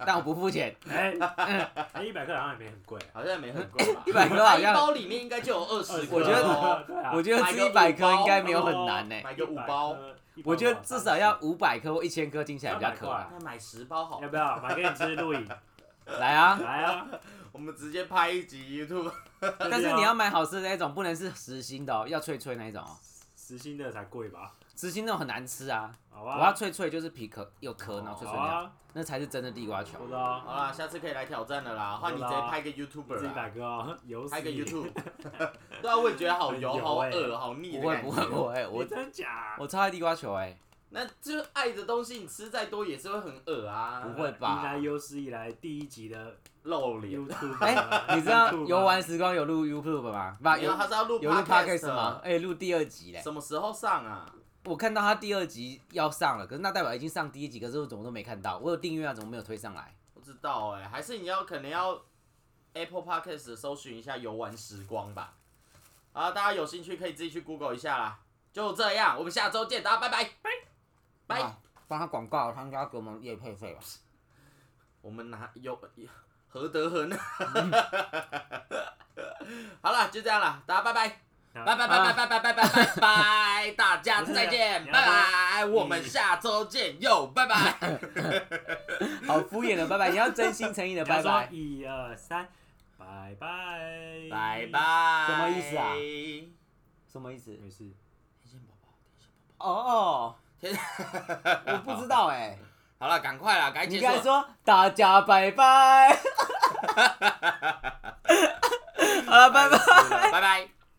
Speaker 3: 但我不付钱。？
Speaker 2: 哎，哎，一百克好像也没很贵啊。
Speaker 1: 好像也没很贵吧
Speaker 3: 100颗好
Speaker 1: 一
Speaker 3: 像
Speaker 1: 包里面应该就有二十
Speaker 3: 我觉得
Speaker 1: 哦，
Speaker 2: 对啊，
Speaker 3: 我觉得吃
Speaker 1: 买
Speaker 3: 一
Speaker 1: 个
Speaker 3: 百
Speaker 1: 五包
Speaker 3: 颗应该没有很难呢、欸
Speaker 1: 买个五包，
Speaker 2: 100
Speaker 3: 我觉得至少要五百颗或一千颗，听起来比较啊可爱。
Speaker 1: 那买十包好
Speaker 2: 要。不要买给你吃录影？
Speaker 3: 来啊！
Speaker 2: 来啊！
Speaker 1: 我们直接拍一集 YouTube，
Speaker 3: 但是你要买好吃的那种，不能是实心的哦，要脆脆那一种哦。
Speaker 2: 实心的才贵吧？
Speaker 3: 实心那种很难吃啊。
Speaker 2: 好
Speaker 3: 我要
Speaker 2: 啊，
Speaker 3: 脆脆，就是皮壳有
Speaker 1: 哦
Speaker 3: 壳，然后脆
Speaker 2: 好
Speaker 3: 脆那样，
Speaker 2: 啊，
Speaker 3: 那才是真的地瓜球
Speaker 2: 好。的啊，
Speaker 1: 好啦，下次可以来挑战的啦。换你直接拍个 YouTuber
Speaker 2: 吃一
Speaker 1: 啦，
Speaker 2: 百个哦， 有
Speaker 1: 拍个
Speaker 2: YouTube，
Speaker 1: YouTube。对 啊，我也觉得好油、
Speaker 2: 很油
Speaker 1: 好
Speaker 2: 欸
Speaker 1: 恶、好腻的
Speaker 3: 不会
Speaker 1: 感
Speaker 3: 不
Speaker 1: 觉。
Speaker 3: 会不会，
Speaker 2: 我
Speaker 3: 我
Speaker 2: 真假？
Speaker 3: 我超爱地瓜球 哎、
Speaker 1: 那就是爱的东西，你吃再多也是会很恶啊。
Speaker 3: 不会吧
Speaker 2: 迎来有史以来第一集的
Speaker 1: 露脸。
Speaker 2: YouTube， 啊
Speaker 3: 哎、你知道游玩时光有录 YouTube 吗？不，
Speaker 1: 没有，
Speaker 3: 有
Speaker 1: 他是要录
Speaker 3: 有录
Speaker 1: podcast
Speaker 3: Podcast
Speaker 1: 的
Speaker 3: 吗？？哎、录第二集嘞。
Speaker 1: 什么时候上啊？
Speaker 3: 我看到他第二集要上了，可是那代表已经上第一集，可是我怎么都没看到。我有订阅啊，怎么没有推上来？
Speaker 1: 不知道哎、还是你要可能要 Apple Podcast 搜寻一下游玩时光吧。啊，大家有兴趣可以自己去 Google 一下啦。就这样，我们下周见，大家拜拜拜拜。
Speaker 3: 啊，帮他广告，他应该要给我们业配费吧？
Speaker 1: 我们拿有何德何能？ 好了，就这样了，大家拜拜。拜拜拜拜拜拜拜拜拜拜，大家再 见，拜拜，我们下周见哟，拜拜。
Speaker 3: 好敷衍的拜拜，你要真心 诚意的
Speaker 2: 他
Speaker 3: 拜
Speaker 2: 说
Speaker 3: 拜。
Speaker 2: 一二三，拜拜，
Speaker 1: 拜拜。
Speaker 3: 什么意 思啊
Speaker 1: 天
Speaker 3: 什么意思？
Speaker 2: 没事，
Speaker 1: 线宝宝，
Speaker 3: 哦哦，
Speaker 1: 天线宝宝，
Speaker 3: 我不知。道哎、
Speaker 1: 好了，赶快啦，赶
Speaker 3: 你
Speaker 1: 紧
Speaker 3: 刚才
Speaker 1: 结束。
Speaker 3: 说大家拜 拜，好了，拜拜。
Speaker 1: 拜拜。